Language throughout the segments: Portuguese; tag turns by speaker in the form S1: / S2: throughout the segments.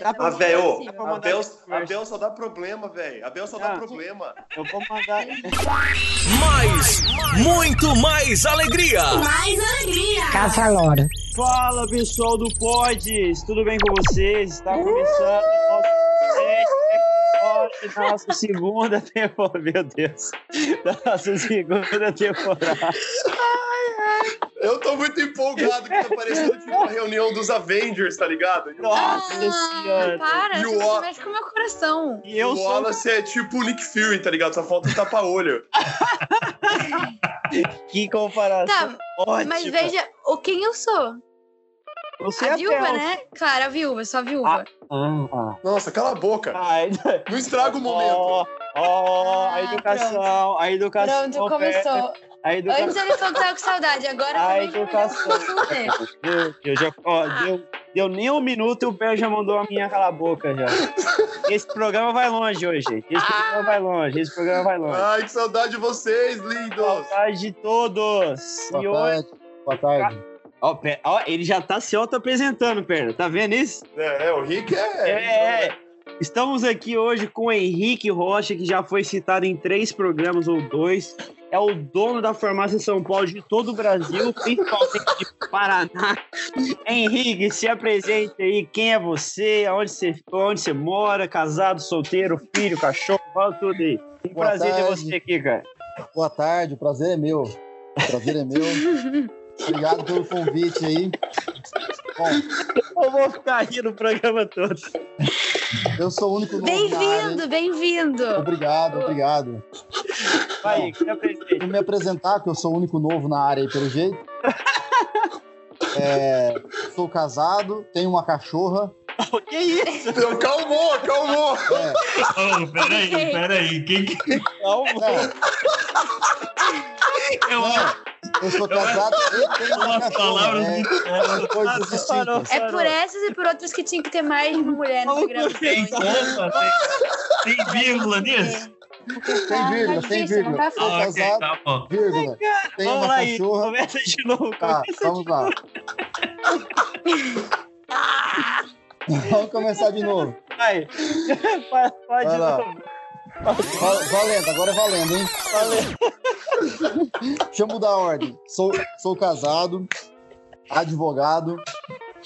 S1: Dá pra
S2: Ah,
S1: mandar
S2: velho,
S1: assim,
S3: dá
S1: ó.
S3: pra
S2: A
S3: mandar
S2: Bel,
S3: esse
S2: a
S3: verso.
S2: Bel só dá problema, velho. A Bel só dá
S3: Ah.
S2: problema.
S3: Eu vou mandar.
S4: Mais, muito mais alegria.
S5: Mais alegria.
S6: Casa Lora.
S3: Fala pessoal do Pods, tudo bem com vocês? Está começando o nosso sexto episódio da nossa segunda temporada. Meu Deus, da nossa segunda temporada.
S2: Eu tô muito empolgado que tá parecendo tipo uma reunião dos Avengers, tá ligado? E o-
S3: Nossa
S5: Ah,
S3: senhora.
S5: para,
S2: E o
S5: isso
S2: ó-
S5: mexe com o meu coração.
S3: E eu
S2: o
S3: sou um
S2: Wallace é tipo o Nick Fury, tá ligado? Só falta um tapa-olho.
S3: que comparação
S5: Tá,
S3: ótima.
S5: mas veja o quem eu sou.
S3: Você
S5: A
S3: é
S5: viúva,
S3: Bel.
S5: né? Claro, a viúva, só a viúva.
S3: Ah, ah.
S2: Nossa, cala a boca.
S3: Ai,
S2: Não estraga o momento.
S3: Ó, ó, a
S5: Ah,
S3: educação, a educação.
S5: Pronto, começou.
S3: A educação.
S5: Antes ele falou que tava com saudade, agora
S3: A
S5: também perdeu
S3: educação.
S5: o controle.
S3: Meu Deus, já,
S5: Ah.
S3: ó, deu, deu nem um minuto e o pé já mandou a minha calar a boca já. Esse programa vai longe hoje, gente.
S5: Ah.
S3: Esse programa vai longe, esse programa vai longe.
S2: Ai, que saudade de vocês, lindos.
S3: Saudade de todos! E hoje.
S7: Boa tarde.
S3: Ó, Pe- ó, ele já tá se auto-apresentando, perna. Tá vendo isso?
S2: É, é, o Rick é...
S3: É, é. Estamos aqui hoje com o Henrique Rocha, que já foi citado em três programas ou dois. É o dono da farmácia São Paulo de todo o Brasil, principalmente de Paraná. Henrique, se apresente aí. Quem é você? Aonde você, onde você mora? Casado, solteiro, filho, cachorro? Fala tudo aí. Um
S7: Boa
S3: prazer ter
S7: tarde.
S3: você aqui, cara.
S7: Boa tarde, o prazer é meu. O prazer é meu. Obrigado pelo convite aí. Bom,
S3: Eu vou ficar rindo o programa todo.
S7: eu sou o único novo na área.
S5: Bem-vindo, bem-vindo.
S7: Obrigado, obrigado.
S3: Vai, Henrique, se apresente.
S7: Vou me apresentar, que eu sou o único novo na área aí, pelo jeito. É, sou casado, tenho uma cachorra.
S3: Pô, Que isso?
S2: Então, calmou, calmou.
S7: É,
S8: Ô, peraí,
S5: Ok.
S8: peraí. Quem que
S3: Calma.
S7: é,
S8: é uma,
S7: eu sou casado e tenho uma
S8: umas
S7: cachorra.
S8: palavras
S7: É,
S8: muito. É,
S7: são coisas
S3: Parou,
S7: distintas.
S5: É por essas e por outras que tinha que ter mais de uma mulher no
S3: Maluco,
S5: programa.
S3: gente,
S8: opa, tem, tem vírgula nisso?
S7: Tem vírgula, tem vírgula. Sou
S8: Ah, ok,
S7: casado,
S8: tá bom.
S7: vírgula. Tenho
S3: Vamos
S7: uma
S3: lá, Henrique.
S7: cachorra.
S3: Começa de novo.
S7: Tá, vamos lá. vamos começar de novo.
S3: Vai. Vai, vai de
S7: Vai lá.
S3: novo.
S7: Va- Valendo, agora é valendo, hein?
S3: Valeu.
S7: Deixa eu mudar a ordem. Sou, sou casado, advogado,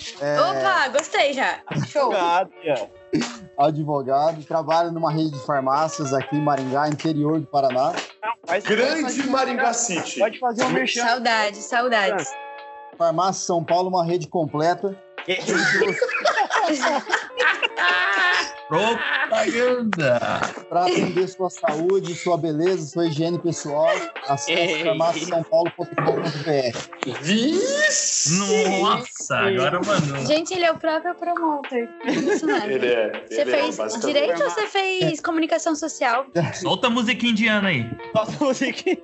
S5: Opa, gostei já. Show.
S3: Obrigado, cara.
S7: advogado, trabalho numa rede de farmácias aqui em Maringá, interior do Paraná.
S3: Faz-
S2: Grande Maringá City.
S3: Pode fazer um merchan.
S5: Saudades, saudades.
S7: Farmácia São Paulo, uma rede completa.
S8: Propaganda.
S7: para atender sua saúde, sua beleza, sua higiene pessoal. Acesse
S3: Ei.
S7: farmáciasampaulo.com.br.
S8: Nossa, agora mandou.
S5: Gente, ele é o próprio promoter. Isso,
S2: Ele
S5: né?
S2: é...
S5: Você
S2: ele
S5: fez
S2: é, basicamente.
S5: direito ou você fez comunicação social?
S8: Solta a musiquinha indiana aí.
S3: Nossa, você que-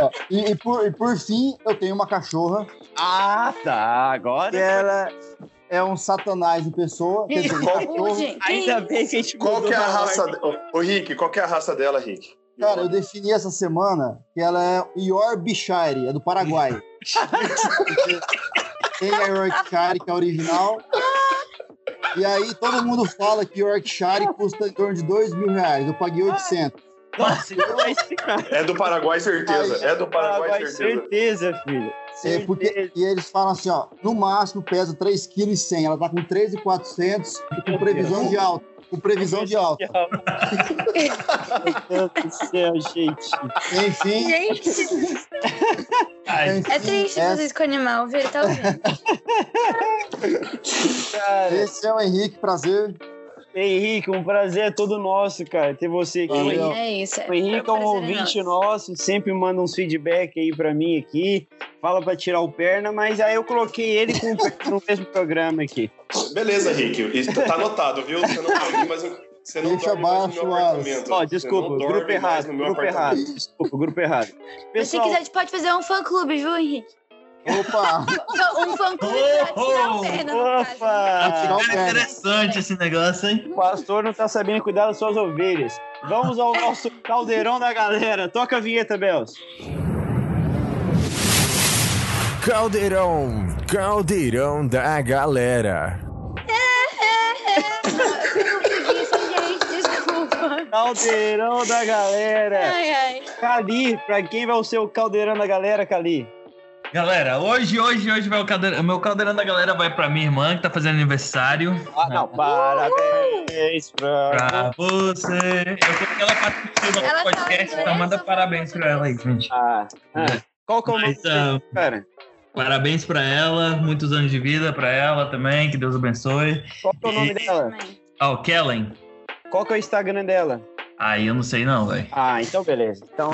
S7: Ó, E, e por, e por fim, eu tenho uma cachorra
S3: Ah, tá. Agora.
S7: ela é um satanás em pessoa. Quer dizer, um cachorro.
S5: Gente,
S3: Ainda bem que a gente
S2: Qual
S3: mudou
S2: que é a
S3: pra
S2: raça...
S3: ordem.
S2: De... Ô, ô, Rick, qual que é a raça dela, Rick?
S7: Cara, eu defini essa semana que ela é Yorkshire, é do Paraguai. Porque Tem a Yorkshire, que é a original. E aí todo mundo fala que Yorkshire custa em torno de 2 mil reais. Eu paguei 800.
S3: Nossa, então vai ficar.
S2: É do Paraguai, certeza. É do Paraguai,
S3: Paraguai,
S2: certeza.
S3: certeza, filho.
S7: É porque, e eles falam assim, ó, no máximo pesa 3,1 kg. Ela tá com 3,400 e com previsão de alta. Com previsão de alta.
S3: Meu Deus do céu, gente.
S7: Enfim,
S5: Gente,
S8: Ai,
S7: enfim,
S5: é triste
S7: essa-
S5: vocês com animal, viu? Tá ouvindo.
S3: Cara,
S7: Esse é o Henrique, prazer.
S3: Henrique, um prazer é todo nosso, cara, ter você aqui.
S7: Valeu.
S5: É isso.
S3: O Henrique é um ouvinte nosso, sempre manda uns feedback aí pra mim aqui, fala pra tirar o perna, mas aí eu coloquei ele com o perna no mesmo programa aqui.
S2: Beleza, Rick. Isso tá anotado, viu? Você não tá dorme mais no, você não
S7: Deixa
S2: dorme mais no
S7: abaixo,
S2: meu apartamento.
S3: Ó,
S2: Você
S3: desculpa,
S2: não dorme
S3: grupo
S2: mais
S3: errado,
S2: no meu
S3: grupo
S2: apartamento.
S3: errado, desculpa, grupo errado.
S5: Mas se
S3: Pessoal,
S5: quiser, a gente pode fazer um fã-clube, viu, Henrique?
S7: Opa!
S5: Não, Um fã-clube pra tirar o perna, no caso.
S7: Tirar
S3: opa,
S7: o
S8: cara,
S7: pé.
S8: tá interessante esse negócio, hein?
S3: o pastor não tá sabendo cuidar das suas ovelhas. Vamos ao nosso caldeirão da galera. Toca a vinheta, Bels.
S9: Caldeirão, caldeirão da galera.
S3: Caldeirão da galera.
S5: Ai, ai.
S3: É. Cali, pra quem vai ser o caldeirão da galera, Cali?
S8: Galera, hoje, hoje, hoje vai o caldeirão. Meu caldeirão da galera vai pra minha irmã, que tá fazendo aniversário.
S3: Ah, não, parabéns pra...
S8: Pra você. Eu tô com ela participando do
S5: Ela
S8: nosso
S5: fala
S8: podcast,
S5: inglês
S8: então manda
S5: ou fala
S8: parabéns pra ela aí, gente.
S3: Ah, ah. Qual que é o nome
S8: Mas, ah,
S3: desse cara?
S8: parabéns pra ela, muitos anos de vida pra ela também, que Deus abençoe.
S3: Qual que é o nome dela?
S5: Também.
S8: Ó, oh, Kellen.
S3: Qual que é o Instagram dela?
S8: Aí eu não sei não, velho.
S3: Ah, então beleza. Então,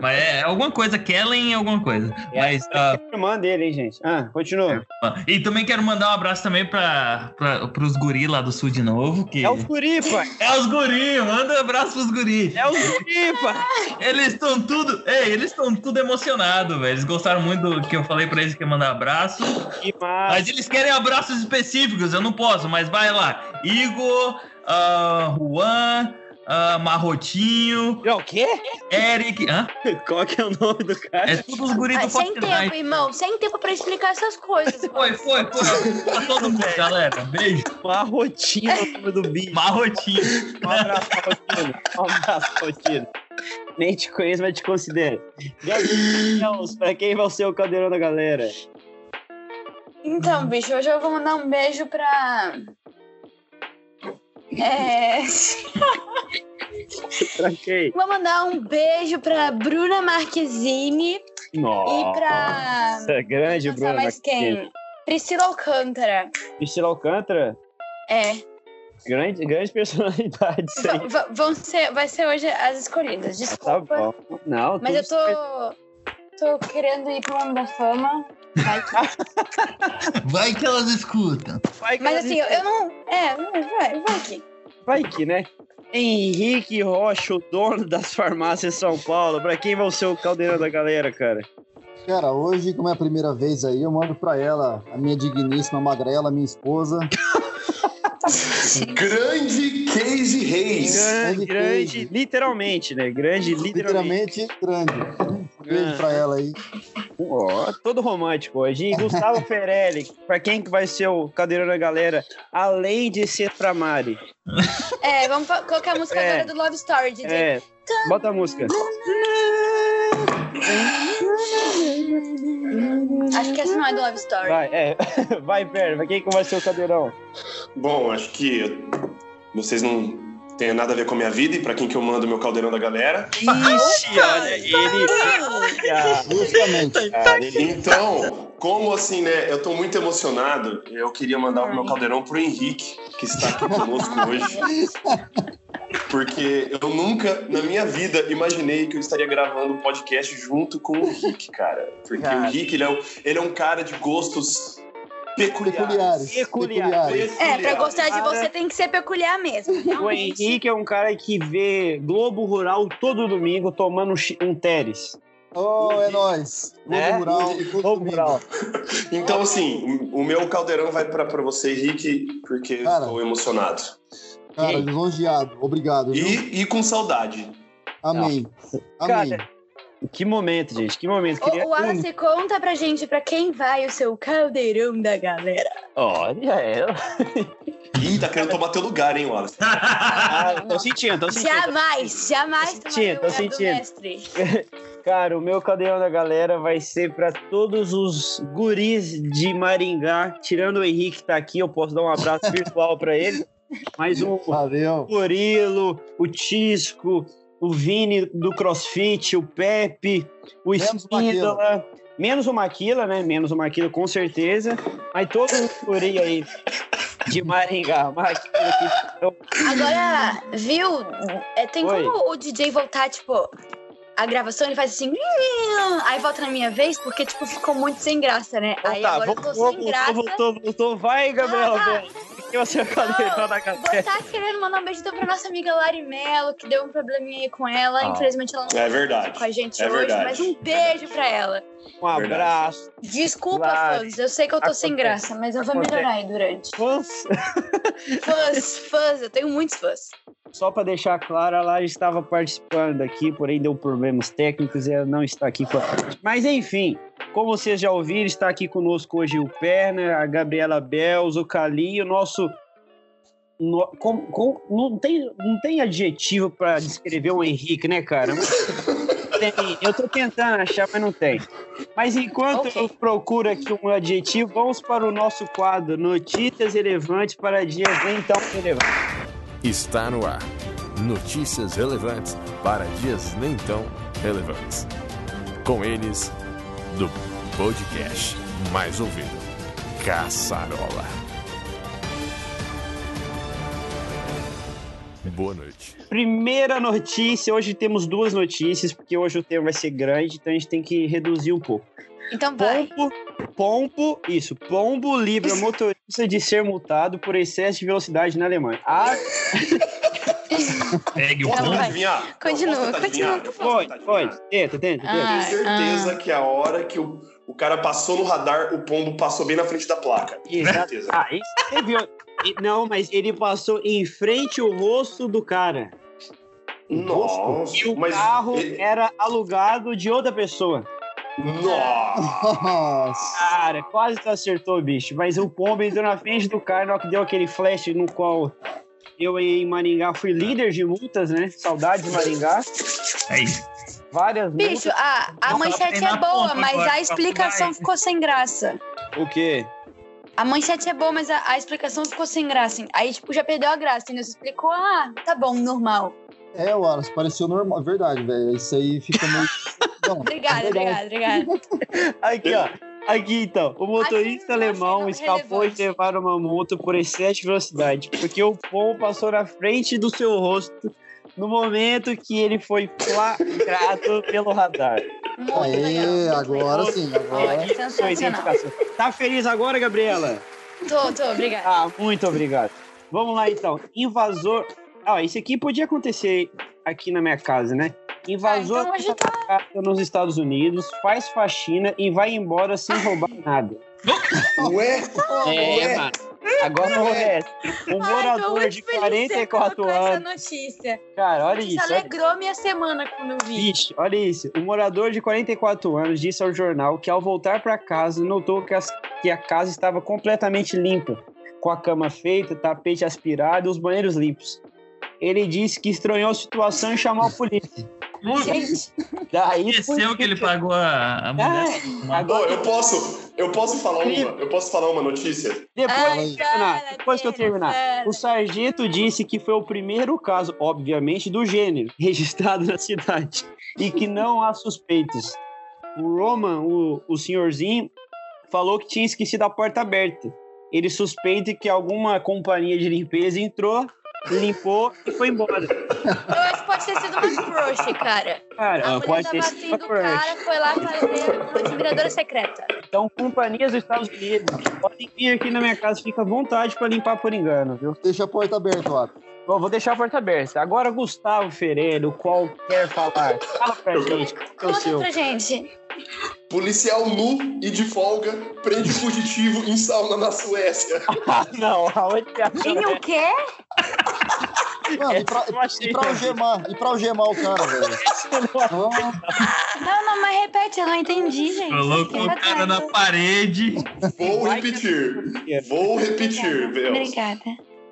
S8: Mas é alguma coisa, Kellen é alguma coisa.
S3: É.
S8: Mas,
S3: é
S8: ah,
S3: a irmã dele, hein, gente? Ah, continua.
S8: e também quero mandar um abraço também pra, pra, pros guri lá do sul de novo. Que...
S3: É os guri, pai.
S8: É os guri, manda um abraço pros guri.
S3: É os guri, pai.
S8: Eles estão tudo, ei, eles estão tudo emocionados, velho. Eles gostaram muito do que eu falei pra eles que ia mandar um abraço.
S3: Que massa.
S8: Mas eles querem abraços específicos, eu não posso, mas vai lá. Igor, ah, Juan, ah, Marrotinho,
S3: É o quê?
S8: Eric. Hã?
S3: Qual que é o nome do cara?
S8: É tudo os guri
S5: Ai,
S8: do
S5: sem tempo,
S8: Fortnite.
S5: irmão. Sem tempo pra explicar essas coisas.
S8: Foi, foi, foi. Pra todo mundo, galera. Beijo.
S3: Marrotinho é o nome do bicho.
S8: Marrotinho.
S3: Um abraço, Marrotinho. Um abraço, Marrotinho. Nem te conheço, mas te considero. Deus, pra quem vai ser o caldeirão da galera?
S5: Então, bicho, hoje eu vou mandar um beijo pra. É...
S3: Pra quem?
S5: Vou mandar um beijo pra Bruna Marquezine e pra.
S3: Nossa, grande,
S5: Não sei
S3: Bruno.
S5: mais quem? Priscila Alcântara.
S3: Priscila Alcântara,
S5: É.
S3: grande, grande personalidade. isso aí.
S5: V- v- vão ser, vai ser hoje as escolhidas,
S3: Tá
S5: desculpa.
S3: bom. Não,
S5: mas
S3: tudo
S5: eu tô. Tô querendo ir pro ano da fama.
S8: Vai que elas escutam.
S3: Vai que,
S5: Mas assim, eu, eu não. É, não, vai, vai aqui.
S3: vai que, né? Henrique Rocha, o dono das farmácias São Paulo. Pra quem vai ser o caldeirão da galera, cara?
S7: Cara, hoje, como é a primeira vez aí, eu mando pra ela, a minha digníssima magrela, minha esposa.
S2: Grande Casey Reis.
S3: Grande,
S7: Grande,
S3: grande, literalmente, né? Grande, literalmente.
S7: Literalmente grande. Um beijo pra ela aí.
S3: Ó, todo romântico hoje. E Gustavo Ferelli, pra quem que vai ser o caldeirão da galera, além de ser pra Mari?
S5: É, vamos fa- colocar a música
S3: É.
S5: agora do Love Story, DJ.
S3: É, bota a música.
S5: Acho que essa não é do Love Story.
S3: Vai, é. Vai, Fer, pra quem que vai ser o caldeirão?
S2: Bom, acho que vocês não têm nada a ver com a minha vida e pra quem que eu mando meu caldeirão da galera.
S3: Ixi, olha ele. Olha.
S7: Justamente.
S2: Então, como assim, né? Eu tô muito emocionado. Eu queria mandar o meu caldeirão pro Henrique, que está aqui conosco hoje. Porque eu nunca, na minha vida, imaginei que eu estaria gravando um podcast junto com o Henrique, cara. Porque o
S3: Cara.
S2: Henrique, ele é um, ele é um cara de gostos peculiares.
S7: Peculiares.
S3: Peculiar.
S7: Peculiares.
S5: É, pra gostar de
S3: Cara.
S5: você tem que ser peculiar mesmo.
S3: O
S5: realmente.
S3: Henrique é um cara que vê Globo Rural todo domingo tomando um chi- um Teres.
S7: Oh, é nóis. Globo
S3: É?
S7: Rural.
S3: Globo Rural.
S2: Então, assim, o o meu caldeirão vai pra, pra você, Henrique, porque eu
S7: Cara.
S2: estou emocionado.
S7: Cara,
S3: Ei.
S7: lisonjeado. Obrigado, viu?
S2: E, e com saudade.
S7: Amém. Amém.
S3: Cara, que momento, gente. Que momento. Queria... um-
S5: O, o Wallace, conta pra gente pra quem vai o seu caldeirão da galera.
S3: Olha ela.
S2: Ih, tá querendo tomar teu lugar, hein, Wallace?
S3: Ah, tô sentindo, tô sentindo.
S5: Jamais, jamais
S3: Tô sentindo, tô
S5: tomarei o lugar do
S3: sentindo.
S5: mestre.
S3: Cara, o meu caldeirão da galera vai ser pra todos os guris de Maringá. Tirando o Henrique que tá aqui, eu posso dar um abraço virtual pra ele. um Mas o
S7: Valeu.
S3: Murilo, o Tisco, o Vini do CrossFit, o Pepe, o
S7: Menos o
S3: Espíndola. Menos o Maquila, né? Menos o Maquila, com certeza. Mas todo o guri aí de Maringá. Maquila Então, que
S5: Agora, viu? É, tem
S3: Oi.
S5: como o DJ voltar, tipo, a gravação, ele faz assim. Aí volta na minha vez, porque, tipo, ficou muito sem graça, né?
S3: Então
S5: aí
S3: tá,
S5: agora
S3: voltou,
S5: eu tô sem
S3: voltou,
S5: graça.
S3: voltou, voltou. Vai, Gabriel.
S5: Ah,
S3: Belo. Quem você é o caldeirão da
S5: Você
S3: galera?
S5: tá querendo mandar um beijo então pra nossa amiga Lari Mello, que deu um probleminha aí com ela.
S3: Ah.
S5: Infelizmente ela não
S2: É
S5: tá com a
S2: verdade.
S5: gente
S2: É
S5: hoje,
S2: verdade.
S5: mas um beijo pra ela.
S3: Um abraço.
S5: Desculpa,
S3: Lari.
S5: fãs. Eu sei que eu tô sem
S3: Acontece.
S5: graça, mas eu vou
S3: Acontece.
S5: melhorar aí durante.
S3: Fãs.
S5: Fãs, fãs, eu tenho muitos fãs.
S3: Só pra deixar claro, a Lara estava participando aqui, porém deu problemas técnicos e ela não está aqui com a gente. Mas enfim, como vocês já ouviram, está aqui conosco hoje o Perna, a Gabriela Belz, o Cali, o nosso no- com- com- não, tem, não tem adjetivo pra descrever o Henrique, né, cara? Tem, eu tô tentando achar, mas não tem. Mas enquanto
S5: Ok.
S3: eu procuro aqui um adjetivo, vamos para o nosso quadro Notícias Relevantes para Dias Nem Tão Relevantes.
S9: Está no ar. Notícias relevantes para dias nem tão relevantes. Com eles, do podcast mais ouvido, Caçarola. Boa noite.
S3: Primeira notícia, hoje temos duas notícias, porque hoje o tema vai ser grande, então a gente tem que reduzir um pouco.
S5: Então vai.
S3: Pombo, pombo, isso, pombo livra motorista de ser multado por excesso de velocidade na Alemanha. Ah,
S8: Pegue o
S5: Não,
S8: ponto.
S5: vai.
S2: adivinhar?
S5: Continua,
S2: Eu posso tentar
S5: continua,
S2: adivinhar?
S5: por
S2: Eu posso
S3: foi,
S2: tentar adivinhar?
S3: foi, tenta, tenta, tenta.
S5: Ah.
S2: Tenho certeza que a hora que o, o cara passou no radar, o pombo passou bem na frente da placa.
S5: Né?
S3: Exato.
S2: Certeza.
S3: Ah, isso você viu. E- Não, mas ele passou em frente ao rosto do cara.
S2: Nossa,
S3: E o
S2: mas.
S3: carro
S2: ele-
S3: era alugado de outra pessoa.
S5: é
S2: Nossa!
S7: Nossa.
S3: Cara, quase tu acertou, bicho. Mas o pombo entrou na frente do cara, na hora que deu aquele flash no qual eu em Maringá fui líder de multas, né? Saudades de Maringá.
S8: É isso.
S3: Várias multas.
S5: Bicho, a, a
S8: Não,
S5: manchete
S8: tem na
S5: é boa,
S8: ponta
S5: mas
S8: agora,
S5: a explicação
S8: vai.
S5: ficou sem graça.
S3: O quê?
S5: A manchete é boa, mas a, a explicação ficou sem graça. hein? Aí, tipo, já perdeu a graça, entendeu? Você explicou, ah, tá bom, normal.
S7: É, Wallace, pareceu normal. Verdade, velho. Isso aí fica meio. Não,
S5: Obrigada, obrigada, obrigada.
S3: Aqui, ó. Aqui então, o motorista
S5: Assim, eu
S3: alemão
S5: achei
S3: escapou
S5: relevante.
S3: de levar uma multa por excesso de velocidade, porque o pão passou na frente do seu rosto no momento que ele foi flagrado pelo radar.
S5: Muito
S7: Aê,
S5: legal.
S7: agora sim, agora.
S5: Olha,
S3: Sua
S5: sensacional.
S3: identificação. Tá feliz agora, Gabriela?
S5: Tô, tô, obrigada.
S3: Ah, muito obrigado. Vamos lá então. Invasor. Ah, isso aqui podia acontecer aqui na minha casa, né? Invasor
S5: Ah, então hoje
S3: ataca nos Estados Unidos, faz faxina e vai embora sem roubar nada.
S2: Ué?
S3: É,
S2: Ué?
S3: mano. Agora o resto. Um
S5: Ai, tô
S3: morador
S5: Ah, então muito
S3: de
S5: feliz você
S3: 44
S5: colocou essa
S3: anos.
S5: notícia.
S3: Cara, olha
S5: Isso
S3: isso. é Olha,
S5: alegrou minha semana quando eu vi.
S3: Vixe, olha isso. Um morador de 44 anos disse ao jornal que ao voltar para casa notou que, as- que a casa estava completamente limpa, com a cama feita, tapete aspirado e os banheiros limpos. Ele disse que estranhou a situação e chamou a polícia. É
S5: Gente,
S3: Daí
S8: Esqueceu
S3: foi-
S8: que ele pagou a, a mulher.
S3: Ah,
S8: Uma-
S3: agora-
S2: Ô, eu posso, eu posso falar uma, eu posso falar uma notícia?
S3: depois
S5: Ai,
S3: que eu
S5: cara,
S3: terminar, depois que eu terminar.
S5: cara.
S3: O sargento disse que foi o primeiro caso, obviamente, do gênero registrado na cidade e que não há suspeitos. O Roman, o, o senhorzinho, falou que tinha esquecido a porta aberta. Ele suspeita que alguma companhia de limpeza entrou, limpou e foi embora.
S5: Eu acho que pode ter sido uma crush, cara.
S3: Cara, tá
S5: A
S3: ó,
S5: mulher
S3: pode
S5: tava
S3: ter sido
S5: afim
S3: uma
S5: do
S3: crush.
S5: cara, foi lá fazer uma vingadora secreta.
S3: Então, companhias dos Estados Unidos, podem vir aqui na minha casa, fica à vontade para limpar por engano, viu?
S7: Deixa a porta aberta, ó.
S3: Bom, vou deixar a porta aberta. Agora, Gustavo Ferreira, o qual quer falar? Fala pra
S2: Eu quero-
S3: gente. qual que é o
S5: Conta
S3: seu.
S5: assim pra gente.
S2: Policial nu e de folga prende fugitivo em sauna na Suécia.
S3: Ah, não, aonde que
S5: Quem eu quê?
S7: Mano, e pra, e pra algemar, e pra algemar o cara, velho. Não,
S5: Não, não, mas repete, eu não entendi,
S3: é
S5: gente.
S8: Colocou o cara na parede.
S2: Vou repetir,
S5: é.
S2: vou repetir, Bel.
S5: Obrigada.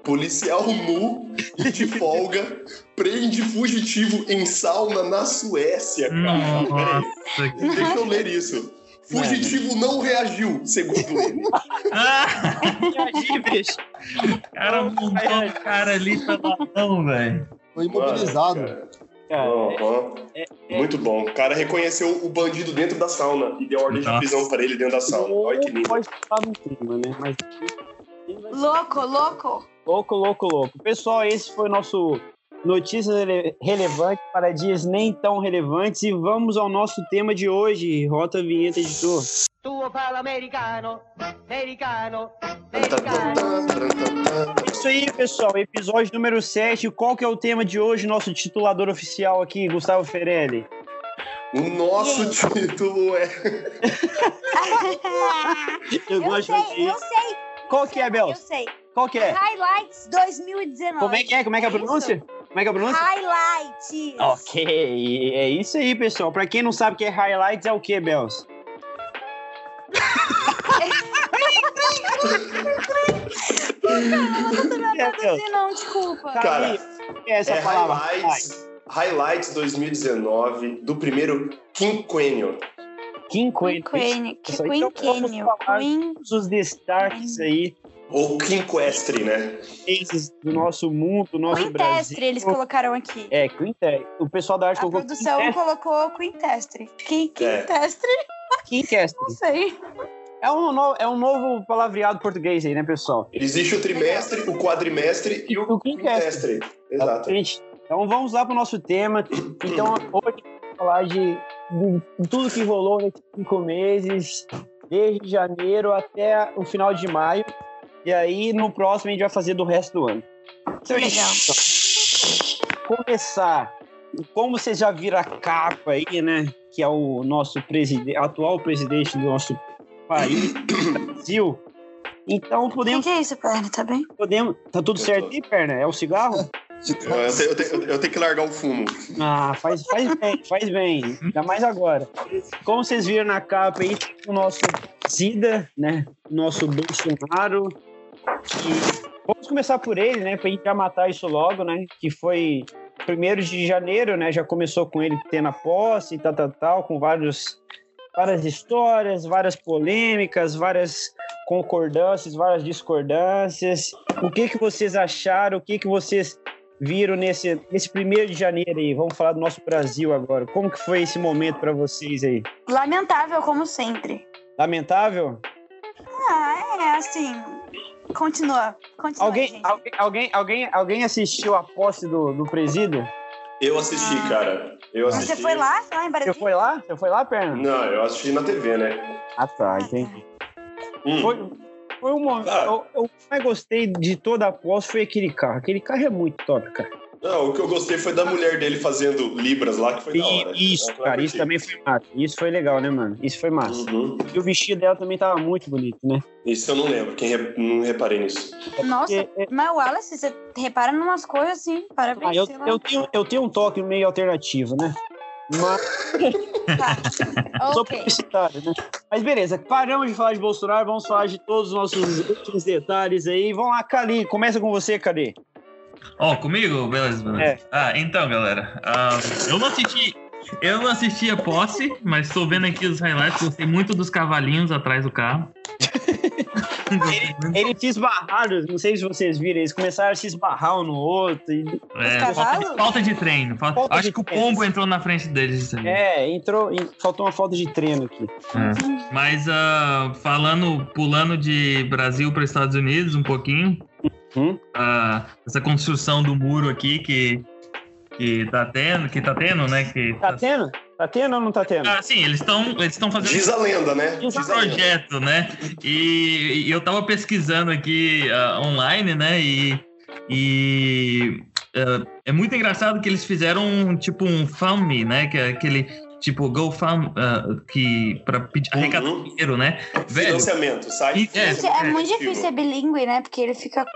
S2: Policial nu e de folga prende fugitivo em sauna na Suécia, cara. Peraí.
S8: Nossa. que-
S2: Deixa eu ler isso. Fugitivo não reagiu, segundo ele.
S8: Ah, o cara montou
S3: é.
S8: o cara ali peladão, velho.
S7: foi imobilizado.
S2: Mano, cara. Aham. Muito bom. O cara reconheceu o bandido dentro da sauna e deu ordem de
S8: Nossa.
S2: prisão pra ele dentro da sauna. Olha que lindo.
S3: É, Pode falar no clima, né? Mas.
S5: Louco, louco.
S3: Louco, louco, louco. Pessoal, esse foi o nosso Notícias Rele- Relevantes para dias nem tão relevantes. E vamos ao nosso tema de hoje. Rota a vinheta, editor.
S10: Tu fala americano, americano, americano.
S3: É Isso aí, pessoal. Episódio número 7. Qual que é o tema de hoje? Nosso titulador oficial aqui, Gustavo Ferelli.
S2: O nosso título é.
S3: Eu, gosto muito disso.
S5: sei.
S3: Qual que é, Bel?
S5: sei.
S3: Qual que é?
S5: Highlights 2019.
S3: Como é que é? Como é que é a
S5: É isso?
S3: pronúncia? Como é que é a pronúncia?
S5: Highlights.
S3: Ok, é isso aí, pessoal. Pra quem não sabe o que é highlights, é o que, Bels?
S5: Ela Ah, não
S3: Meu
S5: sabe
S3: Deus.
S5: traduzir, assim, não, desculpa.
S2: Cara,
S3: Aí, essa
S2: é
S3: palavra.
S2: highlights, highlights 2019 do primeiro quinquênio.
S3: Quinquênio.
S5: Quinquênio.
S3: Isso aí então
S5: Quinquênio.
S3: vamos falar
S5: Quin...
S3: Todos os destaques aí,
S2: Ou quinquestre, né?
S3: esses do nosso mundo, do nosso Brasil.
S5: Quintestre, eles colocaram aqui.
S3: É, quinté. O pessoal da arte
S5: A
S3: colocou
S5: produção
S3: quinté-
S5: colocou quintestre. Quin-
S2: É.
S5: Quintestre,
S3: quintestre.
S5: não sei.
S3: É um, novo, é um novo palavreado português aí, né, pessoal?
S2: Existe o trimestre, o quadrimestre e o
S3: O quinquestre.
S2: quinquestre. Exato.
S3: Gente, então vamos lá pro nosso tema. Então, hoje vamos falar de, de tudo que rolou nesses cinco meses, desde janeiro até o final de maio. E aí, no próximo, a gente vai fazer do resto do ano. Então,
S5: Legal.
S3: gente, começar. Como vocês já viram a capa aí, né? Que é o nosso preside- atual presidente do nosso país, Brasil. Então,
S5: O que,
S3: podemos,
S5: que é isso, perna? Tá bem?
S3: podemos. Tá tudo
S2: Eu
S3: certo
S2: tô.
S3: aí, perna? É o cigarro?
S2: Eu, eu te- eu te- eu tenho, que largar o fumo.
S3: Ah, faz, faz bem, faz bem. Ainda mais agora. Como vocês viram na capa aí, o nosso Zida, né? O nosso Bolsonaro. que- Vamos começar por ele, né? Pra gente já matar isso logo, né? Que foi 1 de janeiro, né? Já começou com ele tendo a posse e tal, tal, tal, com vários, várias histórias, várias polêmicas, várias concordâncias, várias discordâncias. O que, que vocês acharam? O que, que vocês viram nesse, nesse primeiro de janeiro aí? Vamos falar do nosso Brasil agora. Como que foi esse momento pra vocês aí?
S5: Lamentável, como sempre.
S3: Lamentável?
S5: Ah, é assim. Continua. Continua.
S3: Alguém,
S5: gente.
S3: alguém, alguém, alguém, alguém assistiu a posse do, do presídio?
S2: Eu assisti, cara. Eu assisti.
S5: Você foi lá? Lá em
S3: Você
S5: Brasília?
S3: foi lá? Você foi lá, Perna?
S2: Não, eu assisti na TV, né?
S3: Ah, tá, entendi.
S2: Hum.
S3: Foi, foi um momento.
S2: Ah.
S3: Eu, eu mais gostei de toda a posse foi aquele carro. Aquele carro é muito top, cara.
S2: Não, o que eu gostei foi da mulher dele fazendo libras lá, que foi da hora. né?
S3: E, isso,
S2: Eu
S3: cara, isso
S2: curti.
S3: também foi massa. Isso foi legal, né, mano? Isso foi massa.
S2: Uhum.
S3: E o vestido dela também tava muito bonito, né?
S2: Isso eu não lembro, quem re- não reparei nisso.
S5: Ah, tá. Nossa,
S3: É, é,
S5: mas Wallace, você repara em umas coisas assim. Parabéns,
S3: ah, eu,
S5: sei lá.
S3: eu, tenho, eu tenho um toque meio alternativo, né? Mas sou
S5: Tá. Ok.
S3: publicitário, né? Mas beleza, paramos de falar de Bolsonaro, vamos falar de todos os nossos últimos detalhes aí. Vamos lá, Cali, começa com você, Cali.
S8: Ó, comigo? Beleza, beleza.
S3: É.
S8: Ah, então, galera. ah, eu não assisti. Eu não assisti a posse, mas estou vendo aqui os highlights. Gostei muito dos cavalinhos atrás do carro. Gostei muito.
S3: Eles se esbarraram, não sei se vocês viram, eles começaram a se esbarrar um no outro. e-
S8: É,
S5: Os
S8: falta, de,
S5: cavalos?
S8: falta de treino. falta-
S3: Falta
S8: acho
S3: de
S8: que o
S3: treino.
S8: pombo entrou na frente deles. isso aí.
S3: É, entrou, e faltou uma falta de treino aqui.
S8: Mas ah, falando, pulando de Brasil para Estados Unidos um pouquinho,
S3: Uhum.
S8: ah, essa construção do muro aqui que que tá tendo, que tá tendo, né? Que
S3: Tá tendo? Tá tendo ou não tá tendo?
S8: Ah, sim, eles estão eles estão fazendo
S2: Diz a lenda, né?
S3: Diz a
S8: um
S2: a lenda.
S8: projeto, né? E, e eu tava pesquisando aqui ah, online, né? E, e, ah, é muito engraçado que eles fizeram um, tipo um FAMI, né? Que é aquele tipo GoFam ah, que para arrecadar
S2: Uhum.
S8: dinheiro, né? Velho,
S2: Financiamento, sai.
S8: E- é.
S5: Isso é muito
S2: Filho.
S5: difícil ser bilíngue, né? Porque ele fica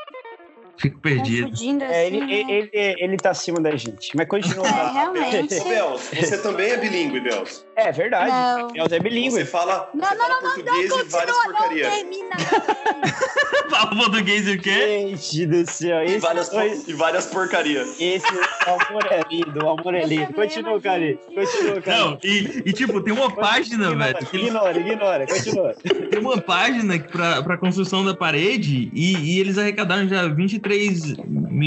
S8: fico perdido.
S5: confundindo assim.
S3: É, ele,
S5: né?
S3: ele, ele, ele tá acima da gente. Mas continua.
S5: É, realmente.
S2: Tá, Ô, Bels, você também é bilíngue, Bels.
S3: É verdade.
S5: Não.
S3: É o Zé Bilíngue.
S2: Você fala,
S5: Não,
S2: você
S5: não,
S2: fala português e várias porcarias.
S5: termina.
S8: Fala português e o quê?
S3: Gente do céu.
S2: E
S3: Esse,
S2: várias, por-
S3: dois-
S2: e várias porcarias.
S3: esse o amor é lindo, o amor é
S5: Eu
S3: lindo.
S5: também,
S3: Continua,
S5: mas,
S3: Cali.
S5: gente.
S3: Continua, Cali.
S8: Não, e, e, tipo, tem uma página, velho. que eles-
S3: Ignora, ignora, continua.
S8: Tem uma página pra, pra construção da parede e, e eles arrecadaram já 23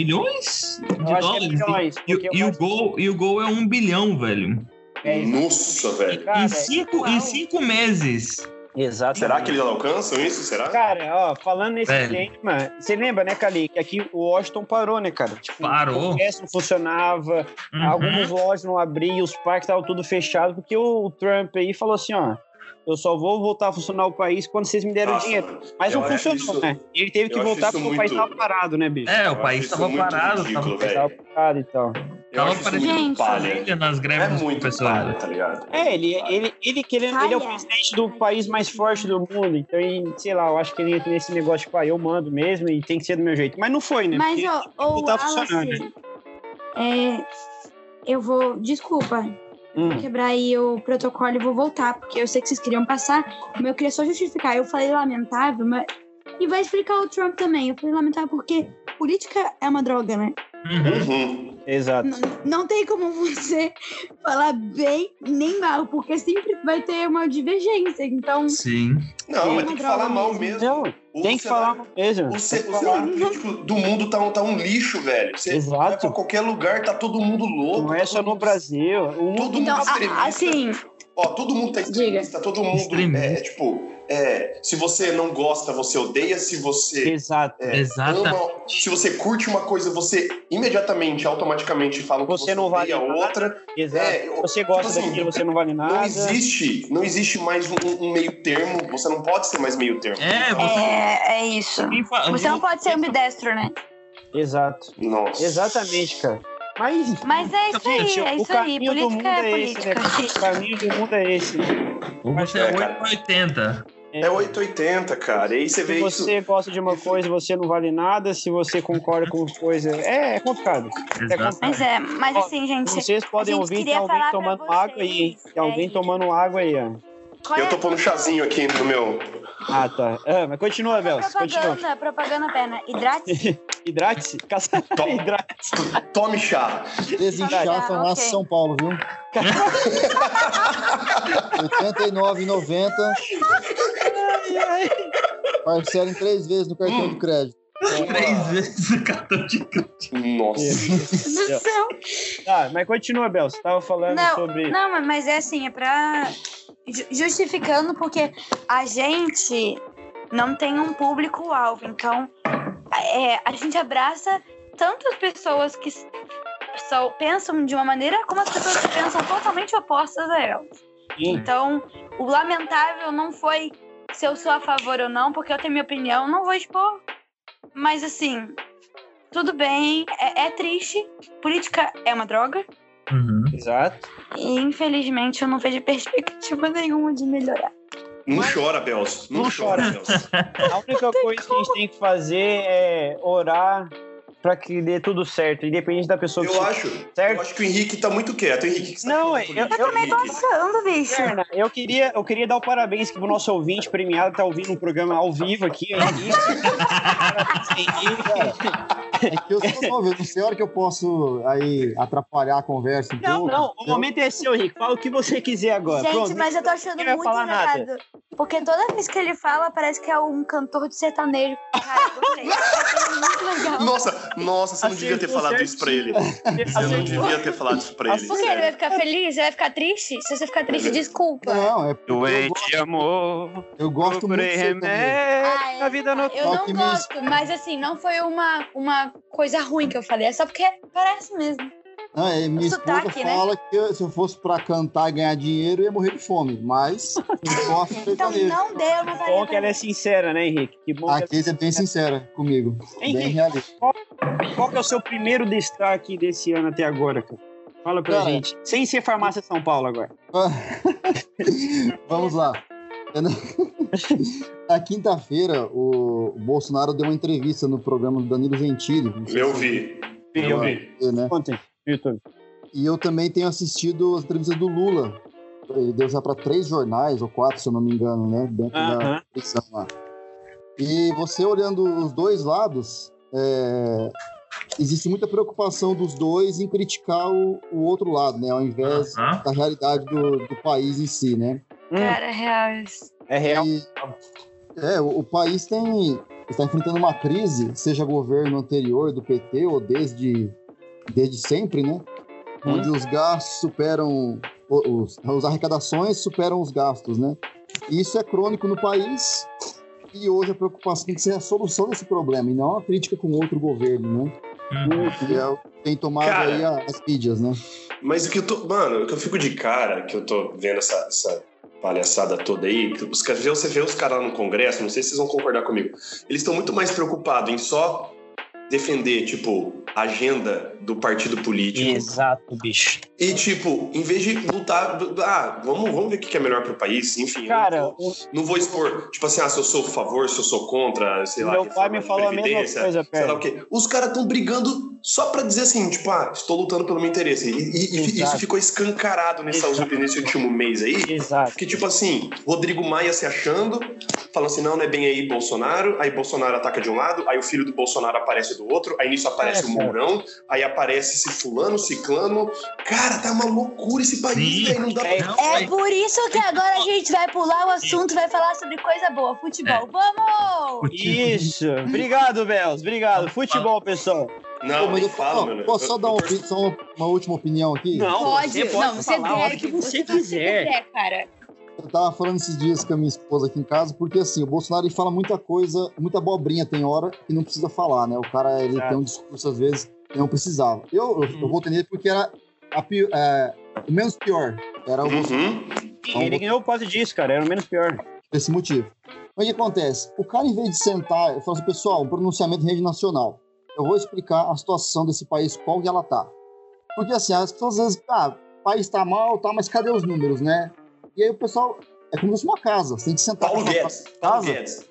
S8: milhões de
S3: Eu acho que é
S8: dólares.
S3: milhões.
S8: E,
S3: porque eu
S8: e o
S3: acho-
S8: gol, e o gol é um bilhão, velho.
S3: É, exa-
S2: Nossa, velho.
S3: cara, é um
S8: em, cinco,
S5: uau.
S8: em cinco meses.
S3: Exatamente.
S2: Será que eles alcançam isso? Será?
S3: Cara, ó, falando nesse
S8: Velho.
S3: tema, você lembra, né, Cali, que aqui o Washington parou, né, cara? Tipo,
S8: Parou.
S3: O comércio não funcionava,
S8: Uhum.
S3: algumas lojas não abriam, os parques estavam tudo fechado, porque o Trump aí falou assim, ó, eu só vou voltar a funcionar o país quando vocês me deram
S2: Nossa,
S3: dinheiro.
S2: mano,
S3: Mas
S2: eu
S3: não
S2: acho
S3: funcionou,
S2: isso-
S3: né? Ele teve que
S2: eu acho
S3: voltar
S2: isso
S3: porque o país
S2: muito- É.
S3: tava parado, né, bicho?
S8: É,
S2: eu
S8: o
S2: acho
S8: país
S2: isso
S8: tava
S2: muito
S8: parado.
S2: ridículo,
S8: tava...
S2: velho.
S3: Tava parado e tal.
S2: Eu
S8: Tava
S2: acho isso
S8: parecendo
S2: muito
S5: Gente,
S2: palha.
S8: Nas
S2: É
S8: greves dos
S2: muito
S8: professores.
S2: palha, tá ligado?
S3: É, ele, ele, ele querendo, ele é o
S5: Olha.
S3: presidente do país mais forte do mundo, então, e, sei lá, eu acho que ele entra nesse negócio, tipo, ah, eu mando mesmo e tem que ser do meu jeito. Mas não foi, né?
S5: Mas,
S3: Porque-
S5: ô, ô
S3: não tá
S5: Wallace,
S3: funcionando.
S5: é, eu vou... Desculpa,
S3: Hum.
S5: vou quebrar aí o protocolo e vou voltar, porque eu sei que vocês queriam passar, mas eu queria só justificar. Eu falei lamentável, mas E vai explicar o Trump também. Eu fui lamentar porque política é uma droga, né?
S8: Uhum.
S2: Uhum.
S3: Exato.
S5: N- Não tem como você falar bem nem mal, porque sempre vai ter uma divergência. Então,
S8: Sim.
S2: Não,
S3: é
S2: mas tem que falar mal mesmo.
S3: Não,
S2: O
S3: tem que
S2: cenário-
S3: falar mesmo.
S2: O, ce-
S3: Tem que
S2: o
S3: falar.
S2: cenário político do mundo tá um, tá um lixo, velho. Você vai pra
S3: Exato.
S2: qualquer lugar, tá todo mundo louco.
S3: Não
S2: tá
S3: é só
S2: todo
S3: no
S2: mundo-
S3: Brasil. O mundo-
S2: Todo
S5: então
S2: mundo extremista.
S5: a- assim,
S2: Ó, todo mundo tá extremista, todo mundo
S8: Extremista.
S2: é tipo, é, se você não gosta, você odeia, se você
S3: Exato.
S2: É,
S8: Exata.
S2: ama, se você curte uma coisa, você imediatamente, automaticamente fala que
S3: Você
S2: você,
S3: não vale
S2: odeia
S3: nada.
S2: outra.
S3: Exato.
S2: É, eu-
S3: você gosta
S2: tipo assim,
S3: daquilo, você não vale nada.
S2: Não existe, não existe mais um, um meio termo, você não pode ser mais meio termo.
S8: É, você.
S5: é, é isso.
S3: Uhum.
S8: Quem fa-
S3: é
S5: Você
S3: um
S5: não pode ser ambidestro, né?
S3: Exato.
S2: Nossa.
S3: Exatamente, cara. Mas
S5: Mas é isso aí, é
S3: Então, o
S5: isso aí.
S3: caminho do mundo
S5: Política é
S3: é esse, né?
S5: política.
S3: cara? O caminho do mundo é esse. né?
S8: Ou você
S2: É,
S8: é
S2: cara.
S8: 880.
S2: É 880, cara. E aí você
S3: Se
S2: vê isso.
S3: você gosta de uma coisa, você não vale nada. Se você concorda com coisa. É, é complicado. É
S8: Exato.
S5: Mas
S3: complicado.
S5: é, mas assim, gente,
S3: Vocês podem
S5: gente
S3: ouvir que
S5: queria
S3: alguém
S5: falar pra
S3: tomando
S5: vocês,
S3: água aí, hein? Tem
S5: é,
S3: alguém
S5: gente.
S3: tomando água aí, ó.
S5: qual é
S2: Eu tô pondo um chazinho aqui no meu.
S3: Ah, tá. Ah, mas continua, Bels. Continua.
S5: propaganda, propaganda perna. Hidrate-se.
S3: Hidrate-se. Caça...
S2: Toma.
S3: Hidrate.
S2: Tome chá.
S5: Tá, ok.
S7: Desinchafam lá São Paulo, viu? 89,90. Parcela em três vezes no cartão
S2: Hum.
S7: de crédito.
S8: Três vezes o cartão de crédito.
S2: Nossa.
S5: do céu.
S3: Tá, mas continua, Bels. Você tava falando
S5: Não,
S3: sobre.
S5: Não, mas- mas é assim, é pra. ju- Justificando, porque a gente não tem um público-alvo. Então, é, a gente abraça tantas pessoas que s- só pensam de uma maneira, como as pessoas que pensam totalmente opostas a elas.
S3: Sim.
S5: Então, o lamentável não foi se eu sou a favor ou não, porque eu tenho minha opinião, não vou expor. Mas assim, tudo bem, é- é triste. Política é uma droga.
S8: Uhum.
S3: Exato.
S5: E infelizmente eu não vejo perspectiva nenhuma de melhorar.
S2: Não chora, Belso. Não,
S3: Não
S2: chora,
S3: chora.
S2: Belso.
S3: A única coisa que a gente tem que fazer é orar pra que dê tudo certo, independente da pessoa que
S2: Eu acho, eu
S3: certo.
S2: acho que o Henrique tá muito quieto. Henrique, o que você tá
S3: Não,
S2: falando
S3: eu-
S2: de política,
S3: eu também
S2: Henrique?
S5: Passando, Tá bicho.
S3: Externa, eu queria, eu queria dar o parabéns que o nosso ouvinte premiado tá ouvindo um programa ao vivo aqui. o Henrique. Parabéns, Henrique.
S7: É que eu sou novo, eu não sei a hora que eu posso aí atrapalhar a conversa. um
S3: Não,
S7: pouco,
S3: não, o
S7: entendeu?
S3: momento é seu, Henrique. Fala o que você quiser agora.
S5: Gente,
S3: Pronto.
S5: mas eu tô achando
S3: Ninguém vai
S5: muito
S3: falar nada.
S5: engraçado. Porque toda vez que ele fala, parece que é um cantor de sertanejo. Cara, gostei. Tá muito legal.
S2: Nossa, nossa, você não
S3: Assim,
S2: devia ter
S3: Acertou
S2: falado isso pra ele.
S3: assim,
S2: Você não devia ter falado isso pra ele.
S5: Por quê? Ele vai ficar feliz? Ele vai ficar triste? Se você ficar triste, desculpa.
S7: Não, é porque eu
S11: Doente
S7: gosto,
S11: de amor,
S7: eu gosto muito
S11: procurei
S7: de você também.
S5: Ah,
S11: remédio,
S5: é.
S11: a vida não...
S5: Eu não
S7: Alquimista.
S5: gosto, mas assim, não foi uma, uma coisa ruim que eu falei. É só porque parece mesmo.
S7: Não, é, minha esposa
S5: Sotaque, né?
S7: fala que eu- se eu fosse pra cantar e ganhar dinheiro, eu ia morrer de fome. Mas eu gosto de
S5: Então
S7: sertanejo.
S5: não deu, não
S3: Que bom
S5: valeu.
S3: que ela é sincera, né, Henrique? Que bom
S7: A
S3: que
S7: Kate é bem sincera comigo.
S3: ela...
S7: Bem
S3: Henrique,
S7: realista.
S3: qual que é o seu primeiro destaque desse ano até agora, cara? Fala pra
S7: Cara,
S3: gente. Sem ser farmácia São Paulo agora.
S7: Vamos lá. Eu não- Na quinta-feira, o Bolsonaro deu uma entrevista no programa do Danilo Gentili. não sei se
S2: Eu
S7: você
S2: vi.
S3: Eu vi.
S7: vê, né?
S3: Ontem, no YouTube.
S7: E eu também tenho assistido as entrevistas do Lula. Ele deu já para três jornais, ou quatro, se eu não me engano, né? Dentro da
S3: Aham.
S7: prisão lá. E você olhando os dois lados, é, existe muita preocupação dos dois em criticar o, o outro lado, né? Ao invés
S8: Aham.
S7: da realidade do, do país em si, né?
S5: Cara, real. isso.
S3: É real.
S7: E- é, o, o país tem está enfrentando uma crise, seja governo anterior do PT ou desde, desde sempre, né?
S3: Hum.
S7: Onde os gastos superam o- os, as arrecadações superam os gastos, né? E isso é crônico no país. E hoje a preocupação tem que ser a solução desse problema e não a crítica com outro governo, né?
S8: Uhum.
S7: Que é o que tem tomado
S2: Cara.
S7: aí a- as mídias, né?
S2: Mas o que eu tô. Mano, o que eu fico de cara, que eu tô vendo essa, essa palhaçada toda aí, que os, caras- você vê os caras no Congresso, não sei se vocês vão concordar comigo. Eles estão muito mais preocupados em só defender, tipo, a agenda do partido político.
S3: Exato, bicho.
S2: E, tipo, em vez de lutar. Ah, vamos, vamos ver o que que é melhor pro país, enfim. eu
S3: Cara,
S2: não,
S3: o
S2: não vou expor, tipo assim, ah, se eu sou a favor, se eu sou contra, sei lá.
S3: meu
S2: reforma
S3: pai me
S2: de
S3: falou a
S2: previdência,
S3: mesma coisa,
S2: sei lá o
S3: cara.
S2: quê. Os caras estão brigando só pra dizer assim, tipo, ah, estou lutando pelo meu interesse. E, e- e
S3: Exato.
S2: isso ficou escancarado nessa,
S3: Exato.
S2: nesse último mês aí.
S3: Exato.
S2: Que, tipo assim, Rodrigo Maia se achando, falam assim: não, não é bem aí Bolsonaro. Aí Bolsonaro ataca de um lado, aí o filho do Bolsonaro aparece do outro, aí nisso aparece o Mourão, aí aparece esse fulano, ciclano. Cara, tá uma loucura esse país,
S8: Sim.
S2: velho. Não dá pra.
S8: Não,
S5: É
S8: mas
S5: por isso que
S3: então,
S5: agora a gente vai pular o assunto, vai falar sobre coisa boa,
S3: É.
S5: futebol. Vamos!
S8: futebol-
S3: Isso. Obrigado, Belos. Obrigado. Futebol, pessoal.
S2: Não,
S7: mas
S2: nem
S7: eu-
S2: fala,
S7: ó,
S2: mano.
S7: Posso só
S2: Eu-
S7: dar
S2: eu
S7: um-
S2: torço-
S7: só uma, uma última opinião aqui?
S3: Não,
S5: Pode,
S3: você pode
S5: não, você
S3: falar a hora
S5: deve,
S3: que você
S5: faz o que
S3: quiser.
S5: cara.
S7: Eu tava falando esses dias com a minha esposa aqui em casa, porque assim, o Bolsonaro ele fala muita coisa, muita abobrinha tem hora que não precisa falar, né? O cara ele
S3: Exato.
S7: tem um discurso às vezes que não precisava. Eu, eu, eu
S2: Uhum.
S7: votei nele porque era a pi- é, o menos pior. Era o
S2: Uhum.
S7: Não,
S3: Ele ganhou por causa disso, cara. Era o menos pior.
S7: desse motivo. Mas o que acontece? O cara, em vez de sentar e falar assim, pessoal, um pronunciamento em rede nacional, eu vou explicar a situação desse país, qual que ela tá. Porque assim, as pessoas às vezes, ah, o país tá mal, tá, mas cadê os números, né? E aí o pessoal, é como se fosse uma casa, você tem que sentar.
S2: Paulo
S7: na
S2: Guedes. Paulo
S7: Casa?
S2: Guedes.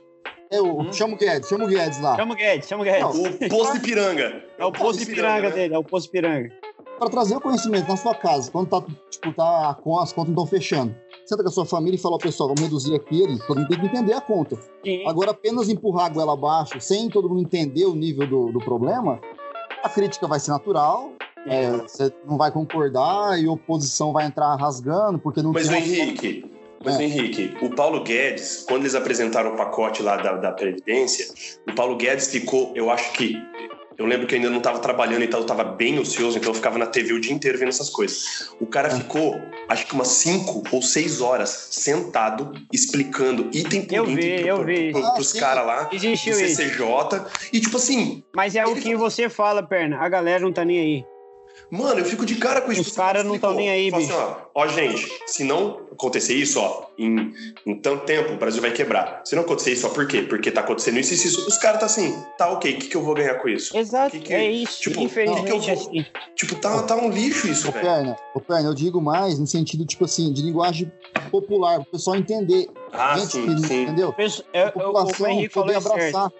S7: É, o,
S2: Hum.
S7: chama o Guedes, chama o Guedes lá.
S3: Uhum. Chama o Guedes, chama o Guedes.
S7: Ah. Não,
S2: O Poço de Piranga.
S3: É o poço de piranga
S2: né?
S3: dele, é o poço de piranga.
S7: Pra trazer o conhecimento na sua casa, quando tá, tipo, tá a con- as contas não estão fechando. Senta com a sua família e fala, ó, pessoal, vamos reduzir aqui, ele- todo mundo tem que entender a conta.
S3: Sim.
S7: Agora, apenas empurrar a goela abaixo, sem todo mundo entender o nível do, do problema, a crítica vai ser natural, é, você não vai concordar e a oposição vai entrar rasgando, porque não
S2: Mas o
S7: tem...
S2: Henrique, mas
S3: É.
S2: o Henrique, o Paulo Guedes, quando eles apresentaram o pacote lá da, da Previdência, o Paulo Guedes ficou, eu acho que. Eu lembro que eu ainda não estava trabalhando e tal, eu estava bem ocioso, então eu ficava na TV o dia inteiro vendo essas coisas. O
S3: É.
S2: cara ficou, acho que umas 5 ou 6 horas sentado, explicando item por
S3: Eu
S2: item
S3: vi,
S2: pro-
S3: eu
S2: pro-
S3: vi.
S2: pro-
S7: Ah,
S2: pros
S7: sim.
S2: caras lá, do
S3: Existiu isso.
S2: CCJ. E tipo assim,
S3: Mas é o que você fala, perna. A galera não tá nem aí.
S2: Mano, eu fico de cara com isso.
S3: Os caras não tão nem aí,
S2: Fala assim, ó, ó, gente, se não acontecer isso, ó, em, em tanto tempo, o Brasil vai quebrar. Se não acontecer isso, ó, por quê? Porque tá acontecendo isso e isso. Os caras tá assim, tá ok, o que, que eu vou ganhar com isso?
S3: Exato,
S2: Que que-
S3: é isso.
S2: tipo,
S3: Infelizmente
S2: não, que eu
S3: é
S2: vou-
S3: assim.
S2: Tipo, tá, tá um lixo isso,
S3: É,
S7: Ô,
S2: velho.
S7: Perna, ô, Perna, eu digo mais no sentido, tipo assim, de linguagem popular, pro pessoal entender.
S2: Ah,
S7: Gente
S2: sim,
S7: que-
S2: sim.
S7: Entendeu?
S3: O pesso- é,
S7: A
S3: é, o, o
S7: população
S3: Henrique falou
S7: poder
S3: isso certo.
S7: abraçar.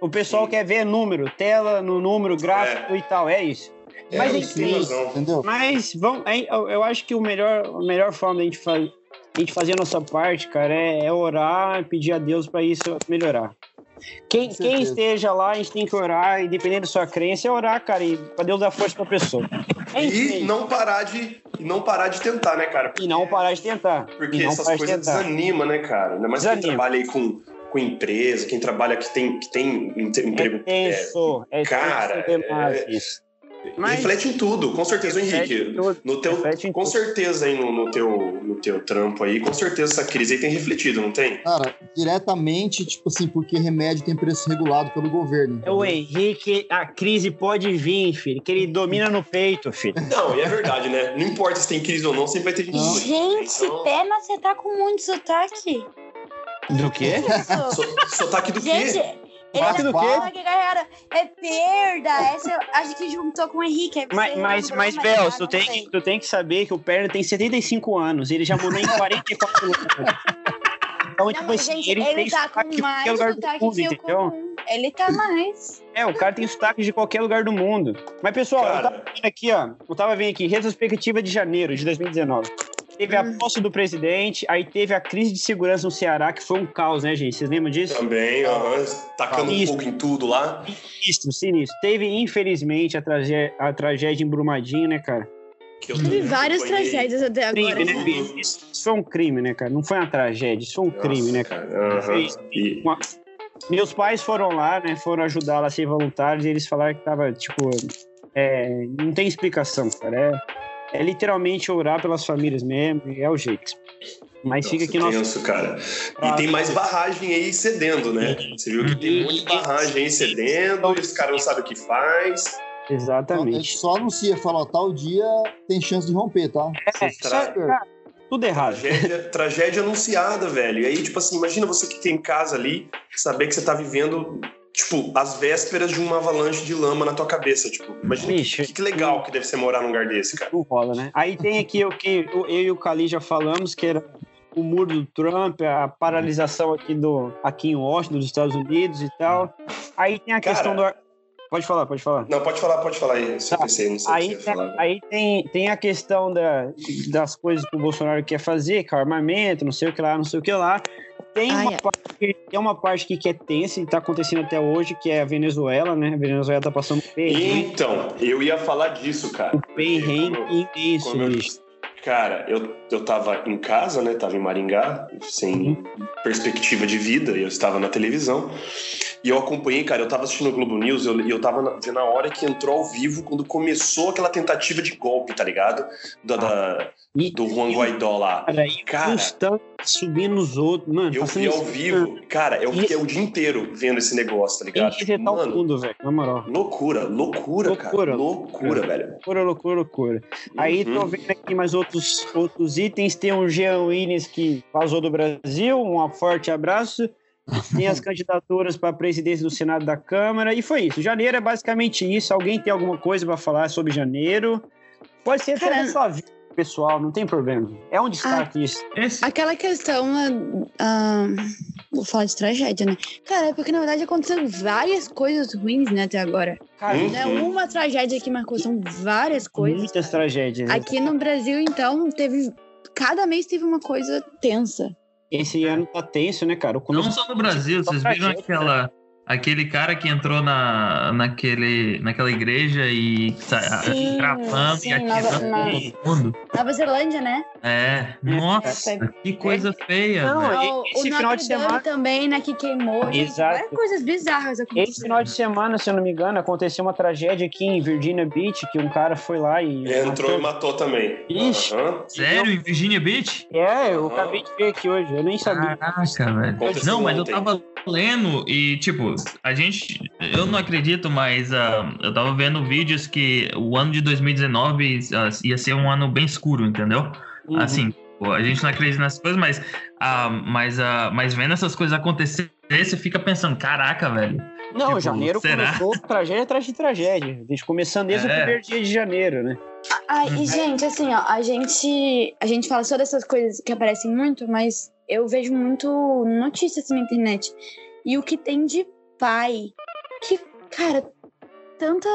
S3: O pessoal quer ver número, tela no número, gráfico e tal, é isso.
S2: É,
S3: Mas
S2: eu
S3: enfim.
S2: tenho razão.
S7: Entendeu?
S3: Mas vamos, é, eu eu acho que o melhor, a melhor forma da gente, fa- da gente fazer a nossa parte, cara, é, é orar e pedir a Deus pra isso melhorar. Quem,
S7: Com
S3: quem
S7: certeza.
S3: esteja lá, a gente tem que orar, e dependendo da sua crença, é orar, cara, e pra Deus dar força pra pessoa.
S2: E
S3: Enfim,
S2: não parar de e não parar de tentar, né, cara?
S3: é, e não parar de tentar.
S2: Porque
S3: e não
S2: essas
S3: parar de
S2: coisas
S3: tentar.
S2: desanimam, né, cara? Ainda mais quem
S3: Desanima.
S2: trabalha aí com, com empresa, quem trabalha que tem, que tem empre-
S3: É
S2: emprego. é,
S3: tenso, é tenso
S2: cara,
S3: demais
S2: é-
S3: isso.
S2: reflete em tudo, com certeza,
S3: reflete
S2: Henrique.
S3: em tudo,
S2: No teu,
S3: reflete em
S2: Com
S3: tudo.
S2: certeza aí no, no teu, no teu trampo aí, com certeza essa crise aí tem refletido, não tem?
S7: Cara, diretamente, tipo assim, porque remédio tem preço regulado pelo governo.
S3: É o Henrique, a crise pode vir, filho, que ele domina no peito, filho.
S2: Não, e é verdade, né? Não importa se tem crise ou não, sempre vai ter gente
S7: Não.
S2: doente.
S5: Gente,
S2: Então,
S5: perna, você tá com muito sotaque.
S3: Do quê?
S5: Isso.
S2: so- sotaque do
S5: Gente,
S2: quê?
S5: ele
S7: Sotaque
S5: já
S7: do quê?
S5: fala que, galera, é perda. Essa eu acho que juntou com o Henrique. aí você
S3: Mas, mas,
S5: lembrou,
S3: mas
S5: mas
S3: Bel,
S5: já
S3: tu
S5: não
S3: tem,
S5: sei.
S3: que- tu tem que saber que o Perna tem 75 anos. Ele já morou em 44 lugares. Então,
S5: Não, mas, gente, ele, tá com
S3: sotaque de
S5: mais
S3: qualquer lugar
S5: sotaque
S3: do mundo,
S5: que o
S3: entendeu?
S5: comum. Ele tá mais.
S3: É, o cara tem sotaque de qualquer lugar do mundo. Mas, pessoal, eu tava
S2: Cara,
S3: vendo aqui, ó. Eu tava vendo aqui, retrospectiva de janeiro de 2019. Teve
S5: Hum.
S3: a posse do presidente, aí teve a crise de segurança no Ceará, que foi um caos, né, gente? Vocês lembram disso?
S2: também, aham, tacando
S3: Isso.
S2: fogo em tudo lá.
S3: Sinistro, sinistro. Teve, infelizmente, a, tragé- a tragédia em Brumadinho, né, cara?
S2: Que eu também acompanhei.
S5: até
S3: Crime, né,
S2: né?
S3: bicho? Isso isso foi um crime, né, cara? Não foi uma tragédia, isso foi um
S2: Nossa,
S3: crime, né, cara?
S2: cara? Aham. E-
S3: Uma- Meus pais foram lá, né? Foram ajudá-la a ser voluntários e eles falaram que tava, tipo. é, não tem explicação, cara. É, é literalmente orar pelas famílias mesmo, e é o jeito. Mas fica aqui
S2: Nossa, um-
S3: nosso.
S2: tenso, cara. E tem mais barragem aí cedendo, né? Você viu que tem um monte de barragem aí cedendo, e os caras não sabem o que faz.
S3: Exatamente.
S7: Então, é Só anuncia, fala, ó, tal dia tem chance de romper, tá?
S3: É, só- cara, tudo errado.
S2: Tragédia, tragédia anunciada, velho. E aí, tipo assim, imagina você que tem em casa ali, saber que você tá vivendo, tipo, as vésperas de uma avalanche de lama na tua cabeça. Tipo, imagina
S3: Bicho,
S2: que, que legal que deve ser morar num lugar desse, cara.
S3: não rola, né? Aí tem aqui o que eu, eu e o Kali já falamos, que era o muro do Trump, a paralisação aqui, do, aqui em Washington, dos Estados Unidos e tal. Aí tem a
S2: Cara.
S3: questão do. ar- Pode falar, pode falar.
S2: Não, pode falar, pode falar aí. Se eu
S3: Tá.
S2: pensei, não sei
S3: Aí,
S2: o que você
S3: tem,
S2: ia falar.
S3: aí tem, tem a questão da, das coisas que o Bolsonaro quer fazer, que é armamento, não sei o que lá, não sei o que lá. Tem
S11: Ai,
S3: uma,
S11: ai.
S3: parte que, tem uma parte que, que é tensa e tá acontecendo até hoje, que é a Venezuela, né? A Venezuela tá passando um perrengue,
S2: Então, eu ia falar disso, cara.
S3: um perrengue imenso,
S2: Como eu-
S3: bicho.
S2: Cara, eu, eu tava em casa, né? Tava em Maringá, sem
S3: Uhum.
S2: perspectiva de vida, e eu estava na televisão. E eu acompanhei, cara, eu tava assistindo o Globo News, eu, e eu tava na, vendo a hora que entrou ao vivo, quando começou aquela tentativa de golpe, tá ligado? Da, da-
S3: E-
S2: do Juan Guaidó lá.
S3: Cara, e
S2: Cara.
S3: os tanques subindo os outros, mano.
S2: Eu
S3: passando
S2: vi
S3: isso-
S2: ao vivo, cara, eu
S3: tá E-
S2: fiquei o dia inteiro vendo esse negócio, tá
S3: Tem
S2: ligado?
S3: que
S2: Tipo,
S3: resetar o
S2: mano,
S3: mundo, velho, na moral.
S2: loucura, loucura, cara.
S3: Loucura.
S2: Loucura, velho.
S3: Loucura, loucura, loucura. Aí
S2: Uhum.
S3: tô vendo aqui mais outros, outros itens. Tem um Jean Willis que vazou do Brasil, um forte abraço. Tem as candidaturas para a presidência do Senado e da Câmara. E foi isso. Janeiro é basicamente isso. Alguém tem alguma coisa para falar sobre janeiro? Pode ser até
S11: Cara, Ah,
S3: na sua vida, pessoal, não tem problema. É um destaque isso.
S8: Esse,
S11: Aquela questão. ah, ah, vou falar de tragédia, né? Cara, é porque na verdade aconteceram várias coisas ruins, né, até agora.
S3: Cara,
S2: Hum?
S11: Não é uma tragédia que marcou, são várias coisas.
S3: muitas tragédias.
S11: Aqui no Brasil, então, teve. Cada mês teve uma coisa tensa.
S3: Esse ano tá tenso, né, cara? O
S8: não
S3: começo
S8: só no Brasil,
S3: Só
S8: vocês
S3: pra
S8: viram
S3: gente,
S8: aquela, aquele cara que entrou na, naquele, naquela igreja e sa-
S11: Sim,
S8: gravando e
S11: sim,
S8: atirando
S11: Nova-
S8: em todo mundo?
S5: Nova Zelândia, né?
S8: É, nossa, que coisa feia,
S3: Não,
S8: velho.
S3: é-
S11: O-
S3: esse
S11: o
S3: final
S11: Notre
S3: de
S11: Dame
S3: semana-
S11: também, né, que queimou. Gente,
S3: Exato.
S11: várias coisas bizarras
S3: Esse
S11: aconteceram.
S3: final de semana, se eu não me engano, aconteceu uma tragédia aqui em Virginia Beach, que um cara foi lá e.
S2: É, Entrou e matou também.
S3: Ixi.
S2: Aham.
S8: Sério, em Virginia Beach?
S3: É,
S2: Aham.
S3: eu acabei de ver aqui hoje, eu nem sabia.
S8: Caraca, velho.
S2: Aconteceu
S8: Não, mas eu
S2: ontem.
S8: tava lendo e, tipo, a gente. Eu não acredito, mas ah, eu tava vendo vídeos que o ano de 2019 ah, ia ser um ano bem escuro, entendeu?
S3: Uhum.
S8: Assim, pô, a gente não acredita nessas coisas, mas, ah, mas, ah, mas vendo essas coisas acontecer, você fica pensando, caraca, velho.
S3: não,
S8: tipo,
S3: janeiro
S8: será?
S3: começou tragédia atrás de tragédia. A gente começando desde
S8: É.
S3: o primeiro dia de janeiro, né?
S5: Ai,
S2: Uhum.
S5: e, gente, assim, ó, a gente, a gente fala só dessas coisas que aparecem muito, mas eu vejo muito notícias assim, na internet. E o que tem de pai. Que, cara, tanta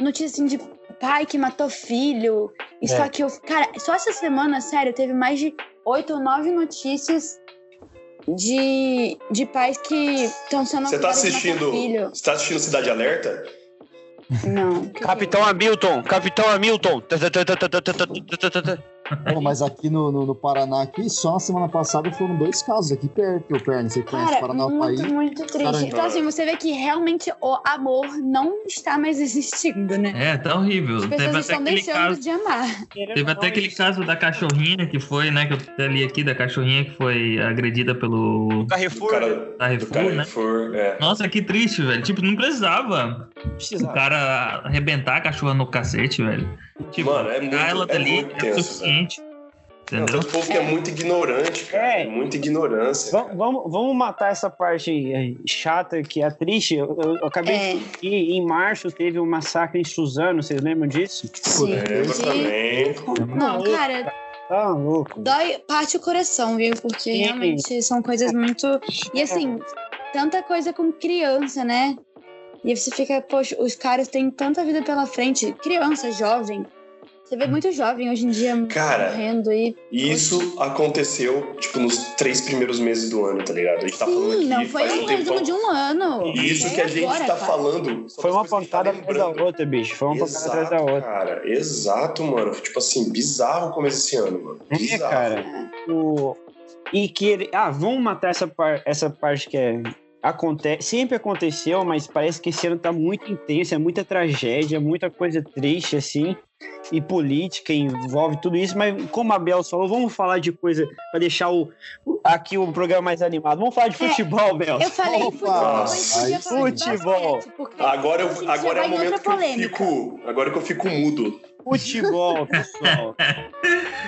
S5: notícia assim de pai que matou filho. E
S2: É.
S5: só que eu. Cara, só essa semana, sério, teve mais de oito ou nove notícias de, de pais que estão sendo
S2: Você tá
S5: acusados de matar
S2: assistindo.
S5: filho.
S2: Você tá assistindo Cidade Alerta?
S5: Não.
S12: Capitão Hamilton, Capitão Hamilton.
S7: Pô, mas aqui no, no, no Paraná, aqui, só na semana passada foram dois casos aqui perto, Perna. Você conhece
S5: Cara,
S7: Paraná
S5: muito,
S7: Paraná
S5: muito triste.
S7: Caramba.
S5: Então, assim, você vê que realmente o amor não está mais existindo, né?
S8: É, tá horrível.
S5: As
S8: Teve
S5: pessoas
S8: até
S5: estão
S8: aquele
S5: deixando
S8: caso.
S5: de amar.
S8: Teve até aquele caso da cachorrinha que foi, né? Que eu até li aqui, da cachorrinha que foi agredida pelo
S2: Do
S3: Carrefour
S2: cara, do
S8: Carrefour,
S2: cara
S8: né?
S2: que for. É.
S8: Nossa, que triste, velho. Tipo, não precisava
S3: é
S8: o
S3: precisava.
S8: cara arrebentar a cachorra no cacete, velho. Tipo,
S2: Mano, é muito,
S8: tirar ela
S2: é
S8: dali
S2: muito
S8: é
S2: tenso,
S8: o suficiente.
S2: Não,
S3: então
S8: Entendeu?
S2: tanto povo que é muito ignorante, cara.
S3: É.
S2: É. Muita ignorância.
S3: Va-
S2: cara.
S3: Vamos, vamos matar essa parte aí, chata que é triste. Eu, eu- eu acabei
S5: É,
S3: de que em março teve um massacre em Suzano, vocês lembram disso?
S5: sim.
S2: Lembra né? também. é
S5: Não, cara,
S3: Tá louco.
S5: dói, parte o coração, viu? Porque
S3: Sim.
S5: realmente são coisas muito. E assim, tanta coisa com criança, né? E você fica, poxa, os caras têm tanta vida pela frente. Criança, jovem. Você vê muito jovem hoje em dia
S2: Cara,
S5: morrendo e.
S2: E isso aconteceu, tipo, nos três primeiros meses do ano, tá ligado? A gente tá falando aqui
S5: Sim, não foi
S2: faz
S5: um
S2: um tempão.
S5: resumo de um ano.
S2: E Isso
S5: É
S2: que a gente
S5: agora,
S2: tá
S5: cara.
S2: falando. são
S3: Foi uma
S2: as coisas que
S3: pancada
S2: tá
S3: atrás da
S2: lembrando.
S3: outra, bicho. Foi uma
S2: Exato,
S3: pancada atrás da outra.
S2: cara. Exato, mano. Tipo assim, bizarro como esse ano, mano.
S3: É,
S2: Bizarro.
S3: cara. O... E que ele. Ah, vamos matar essa, par... essa parte que é. Aconte... Sempre aconteceu, mas parece que esse ano tá muito intenso, é muita tragédia, muita coisa triste, assim, e política envolve tudo isso, mas como a Bel falou, vamos falar de coisa pra deixar o... o- aqui o programa mais animado. Vamos falar de
S5: É,
S3: futebol, Bel.
S5: Eu falei
S7: Opa!
S5: futebol, mas podia falar de
S3: Futebol.
S5: basquete, porque
S2: Agora,
S5: a gente
S2: eu,
S5: já
S2: agora é
S5: vai
S2: o
S5: em
S2: momento
S5: outra
S2: que eu
S5: polêmica.
S2: fico. Agora que eu fico mudo.
S3: Futebol, pessoal.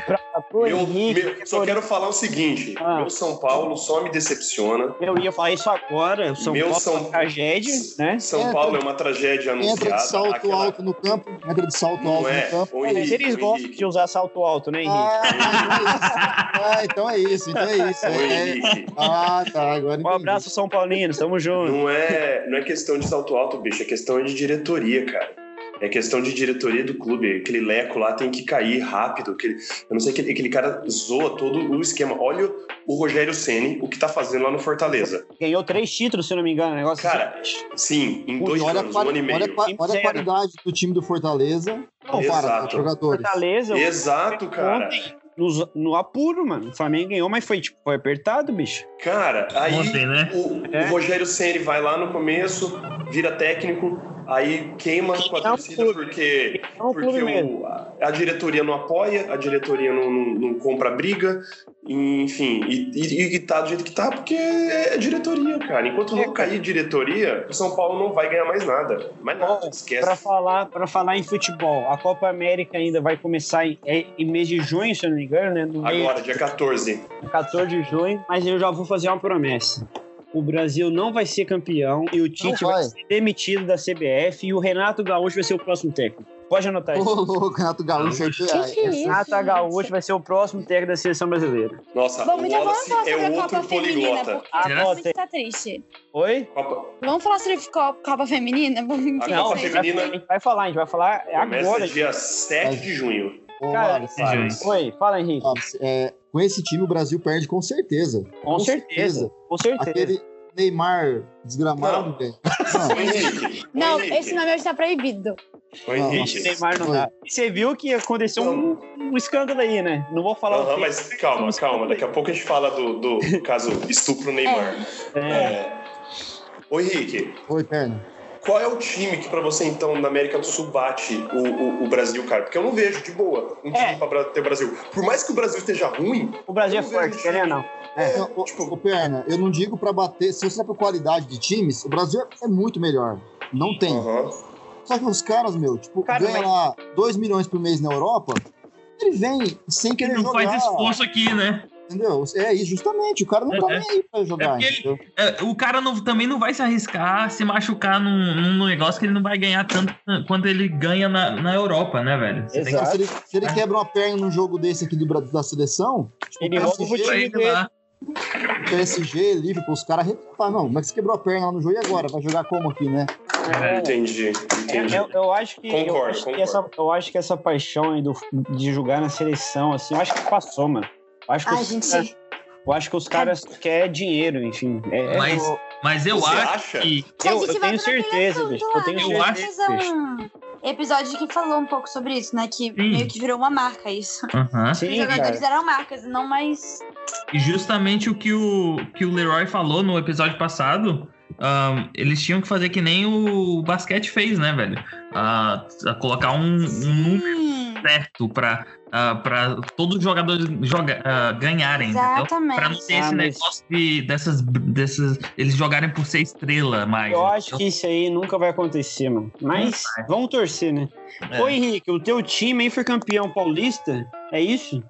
S3: pra pro
S2: Meu-
S3: Henrique,
S2: meu- só quero falar o seguinte:
S3: Ah.
S2: meu São Paulo só me decepciona.
S3: eu ia falar isso agora. São
S2: Meu
S3: Paulo é uma
S2: São-
S3: tragédia, né?
S2: São
S7: Entra-
S2: Paulo é uma tragédia anunciada.
S7: Entra de salto
S2: aquela-
S7: alto no campo, entra de salto
S2: Não
S7: alto
S2: é.
S7: no campo.
S2: Ô,
S3: É, mas
S2: Henrique,
S3: eles
S2: ô,
S3: gostam
S2: Henrique,
S3: de usar salto alto, né, Henrique?
S7: Ah, é isso. Ah, então é isso, então é isso.
S2: ô,
S7: É-
S2: Henrique.
S7: Ah, tá, agora
S3: Um
S7: entendi.
S3: abraço, São Paulino. Tamo junto.
S2: Não é, não é questão de salto alto, bicho. É questão de diretoria, cara. É questão de diretoria do clube. Aquele leco lá tem que cair rápido. Aquele, eu não sei, aquele, aquele cara zoa todo o esquema. Olha o Rogério Ceni o que tá fazendo lá no Fortaleza.
S3: Ganhou três títulos, se eu não me engano. o Negócio assim.
S2: Cara, sim, em
S7: Puta,
S2: dois
S7: olha,
S2: anos,
S7: a
S2: um
S7: é quali-
S2: ano e meio.
S7: olha a qua- olha a
S3: Zero.
S7: qualidade do time do Fortaleza. Não, para,
S2: Exato.
S7: os jogadores.
S3: Fortaleza. o-
S2: Exato, cara.
S3: Ontem, nos- no, apuro, mano. O Flamengo ganhou, mas foi, tipo, foi apertado, bicho.
S2: Cara, aí
S8: Ontem, né?
S2: o, o
S3: É.
S2: Rogério Ceni vai lá no começo, vira técnico, aí queima com a
S3: Não,
S2: torcida
S3: clube.
S2: porque,
S3: É um
S2: porque
S3: clube mesmo.
S2: o- a a diretoria não apoia, a diretoria não, não, não compra briga, enfim, e, e, e tá do jeito que tá, porque é é diretoria, cara. Enquanto
S3: É,
S2: não cair diretoria, o São Paulo não vai ganhar mais nada. Mais nada,
S3: Bom,
S2: esquece.
S3: Pra falar, pra falar em futebol, a Copa América ainda vai começar em, é, em mês de junho, se eu não me engano, né? No mês
S2: Agora, dia 14.
S3: 14 de junho. Mas eu já vou fazer uma promessa. O Brasil não vai ser campeão e o Tite vai.
S7: vai.
S3: ser demitido da CBF e o Renato Gaúcho vai ser o próximo técnico. Pode anotar
S7: Ô,
S3: isso.
S7: louco, Renato Gaúcho. é-
S11: Que que é isso?
S3: Renato Gaúcho vai ser o próximo técnico da seleção brasileira.
S2: Nossa,
S11: Vamos,
S2: o
S11: então vamos
S2: Wallace
S11: falar
S2: é
S11: sobre a
S2: outro
S11: Copa Feminina,
S2: poliglota.
S11: porque
S3: Ah,
S11: a gente
S3: tem.
S11: tá triste.
S3: Oi?
S2: Copa-
S11: Vamos falar sobre a Copa, Copa Feminina? Vamos então,
S2: A
S11: que
S2: Copa
S11: isso aí.
S3: a gente vai- a gente vai falar, a gente vai falar
S2: Começa
S3: É agora.
S2: dia 7 de junho.
S7: Ô,
S3: Cara,
S7: Wallace,
S8: é juiz.
S3: Oi, fala, Henrique.
S7: Wallace, é, com esse time o Brasil perde com certeza.
S3: Com certeza, com certeza.
S7: Aquele Neymar desgramado, velho.
S2: Ô, Henrique, ô,
S11: Não,
S2: Henrique,
S11: esse
S5: é
S11: nome hoje tá proibido.
S2: ô,
S7: Não,
S2: Henrique.
S3: Neymar não dá. E você viu que aconteceu um, um escândalo aí, né? Não vou falar
S2: Aham,
S3: o que.
S2: mas calma, calma. Daqui a pouco a gente fala do, do caso estupro Neymar.
S3: É,
S2: Ô Henrique,
S7: Oi, perna.
S2: qual é o time que pra você, então, na América do Sul bate o, o- o Brasil, cara? Porque eu não vejo de boa um time
S3: É.
S2: pra ter o Brasil. Por mais que o Brasil esteja ruim,
S3: o Brasil é
S2: eu não vejo
S3: forte, quer ou não?
S2: é,
S7: Não, ô,
S2: tipo,
S7: ô, perna, eu não digo pra bater. Se você for por qualidade de times, o Brasil é muito melhor. Não tem.
S2: aham.
S7: Só que os caras, meu, tipo,
S3: Cara,
S7: ganha
S3: mas-
S7: lá 2 milhões por mês na Europa, ele vem sem querer
S8: Não
S7: jogar.
S8: faz esforço aqui, né?
S7: Entendeu? É isso, justamente. O cara não tá
S8: É.
S7: nem aí pra jogar,
S8: porque ele-
S7: entendeu?
S8: É, o cara não- também não vai se arriscar, se machucar num, num negócio que ele não vai ganhar tanto quanto ele ganha na, na Europa, né, velho? Você tem que-
S7: Então, se, ele,
S3: É.
S7: se ele quebra uma perna num jogo desse aqui do, Bra- da seleção, tipo,
S3: Ele rouba o
S7: PSG,
S8: pra
S3: time
S8: ele
S3: dele.
S8: lá.
S7: PSG, Liverpool, os caras reparam, não, mas você quebrou a perna lá no jogo e agora? Vai jogar como aqui, né?
S2: Entendi,
S3: É,
S2: entendi.
S3: eu, eu acho que, eu,
S2: Concordo,
S3: acho que
S2: concordo.
S3: essa, eu acho que essa paixão aí do, de jogar na seleção, assim, eu acho que passou, mano. Eu acho que,
S5: Ah,
S11: Ai,
S3: os,
S11: gente.
S3: caras- eu acho que os caras querem dinheiro, enfim. É, é-
S8: Mas
S3: eu,
S8: Mas eu
S2: Você
S8: acho
S2: acha?
S8: que.
S5: Se a
S3: eu
S5: gente vai
S3: tenho
S5: pra
S3: certeza, bicho. Eu tenho
S8: eu
S3: certeza.
S8: acho-
S5: fez um episódio que falou um pouco sobre isso, né? Que meio que virou uma marca isso.
S8: Aham.
S5: Os
S3: Sim,
S5: jogadores
S3: cara.
S5: eram marcas, não mais.
S8: E justamente o que o, que o Leroy falou no episódio passado, ah, eles tinham que fazer que nem o basquete fez, né, velho? Ah, colocar um, um número
S5: Hum,
S8: certo pra, ah, pra todos os jogadores joga, ah, ganharem, entendeu? Pra não
S5: exatamente.
S8: ter esse
S3: Ah, mas-
S8: negócio de, dessas, dessas. Eles jogarem por ser estrela mais. né? Então,
S3: Eu acho que isso aí nunca vai acontecer, mano. Mas vamos torcer, né?
S8: É.
S3: Ô, Henrique, o teu time aí foi campeão paulista? É isso?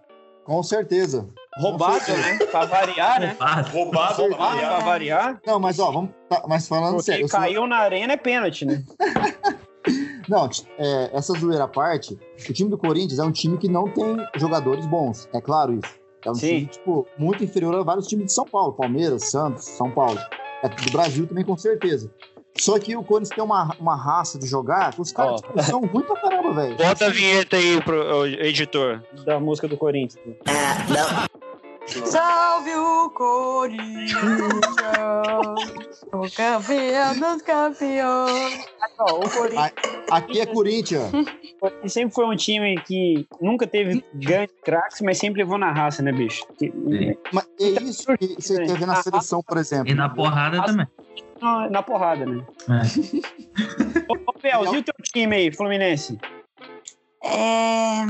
S7: Com certeza.
S3: Roubado, né? Pra variar, né?
S8: Roubado.
S2: Roubado, é
S3: Roubado pra
S2: avaliado.
S3: variar.
S7: Não, mas ó, vamos. tá, mas falando sério.
S3: Porque
S7: eu sou-
S3: caiu na arena é pênalti, né?
S7: Não, t- é, essa zoeira à parte, o time do Corinthians é um time que não tem jogadores bons, é claro isso. É um
S3: Sim.
S7: time, tipo, muito inferior a vários times de São Paulo, Palmeiras, Santos, São Paulo. É, do Brasil também, com certeza. Só que o Corinthians tem uma, uma raça de jogar, que os caras
S13: Ó.
S7: tipo, são ruins pra caramba, velho.
S13: Bota a vinheta aí pro ô, editor.
S3: Da música do Corinthians.
S5: Salve o Corinthians! o campeão dos campeões!
S3: Ó, o Corinthians.
S7: Aqui é Corinthians.
S3: E sempre foi um time que nunca teve grandes craques, mas sempre levou na raça, né, bicho? Que-
S8: Sim.
S7: Mas é
S2: Então,
S7: isso que você quer ver na seleção, por exemplo.
S8: E na porrada
S3: Nossa.
S8: também.
S3: na, na porrada, né? Ô, Pels, e o teu time aí, Fluminense?
S5: É.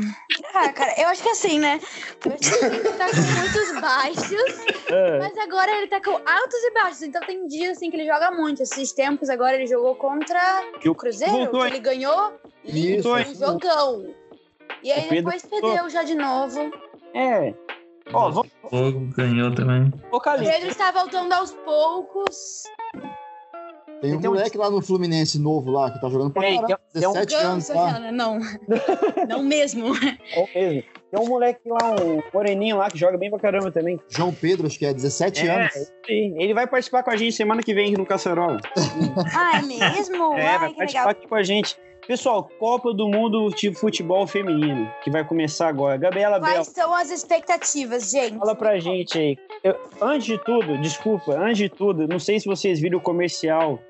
S5: Ah, cara, eu acho que assim, né?
S11: é Meu time tá com muitos baixos,
S3: Ah,
S11: mas agora ele tá com altos e baixos. Então tem dias assim que ele joga muito. Esses tempos agora ele jogou contra
S3: que o
S11: o Cruzeiro,
S3: Voltou,
S11: que
S3: hein?
S11: ele ganhou
S7: Isso,
S11: um
S3: hein?
S11: jogão. E aí
S3: O Pedro
S11: depois perdeu já de novo.
S3: É. Ó, vamos.
S8: Fogo ganhou também.
S3: Ô,
S11: O
S3: Calil,
S11: Pedro está voltando aos poucos.
S7: Tem um
S3: Então,
S7: moleque lá no Fluminense novo lá, que tá jogando pra
S3: Tem,
S7: caramba,
S3: tem um
S7: 17 anos,
S11: Ganso,
S7: tá?
S11: Jana, não. Não mesmo.
S3: ó, mesmo. Tem um moleque lá, um moreninho lá, que joga bem pra caramba também.
S7: João Pedro, acho que é, 17
S3: É.
S7: anos.
S3: Sim, Ele vai participar com a gente semana que vem aqui no Caçarola.
S5: Ah, é mesmo?
S3: É, vai
S5: Ai, que legal.
S3: participar aqui com a gente. Pessoal, Copa do Mundo de Futebol Feminino, que vai começar agora. Gabriela Bel,
S5: Quais são as expectativas, gente?
S3: fala pra gente aí. Eu- antes de tudo, desculpa, antes de tudo, não sei se vocês viram o comercial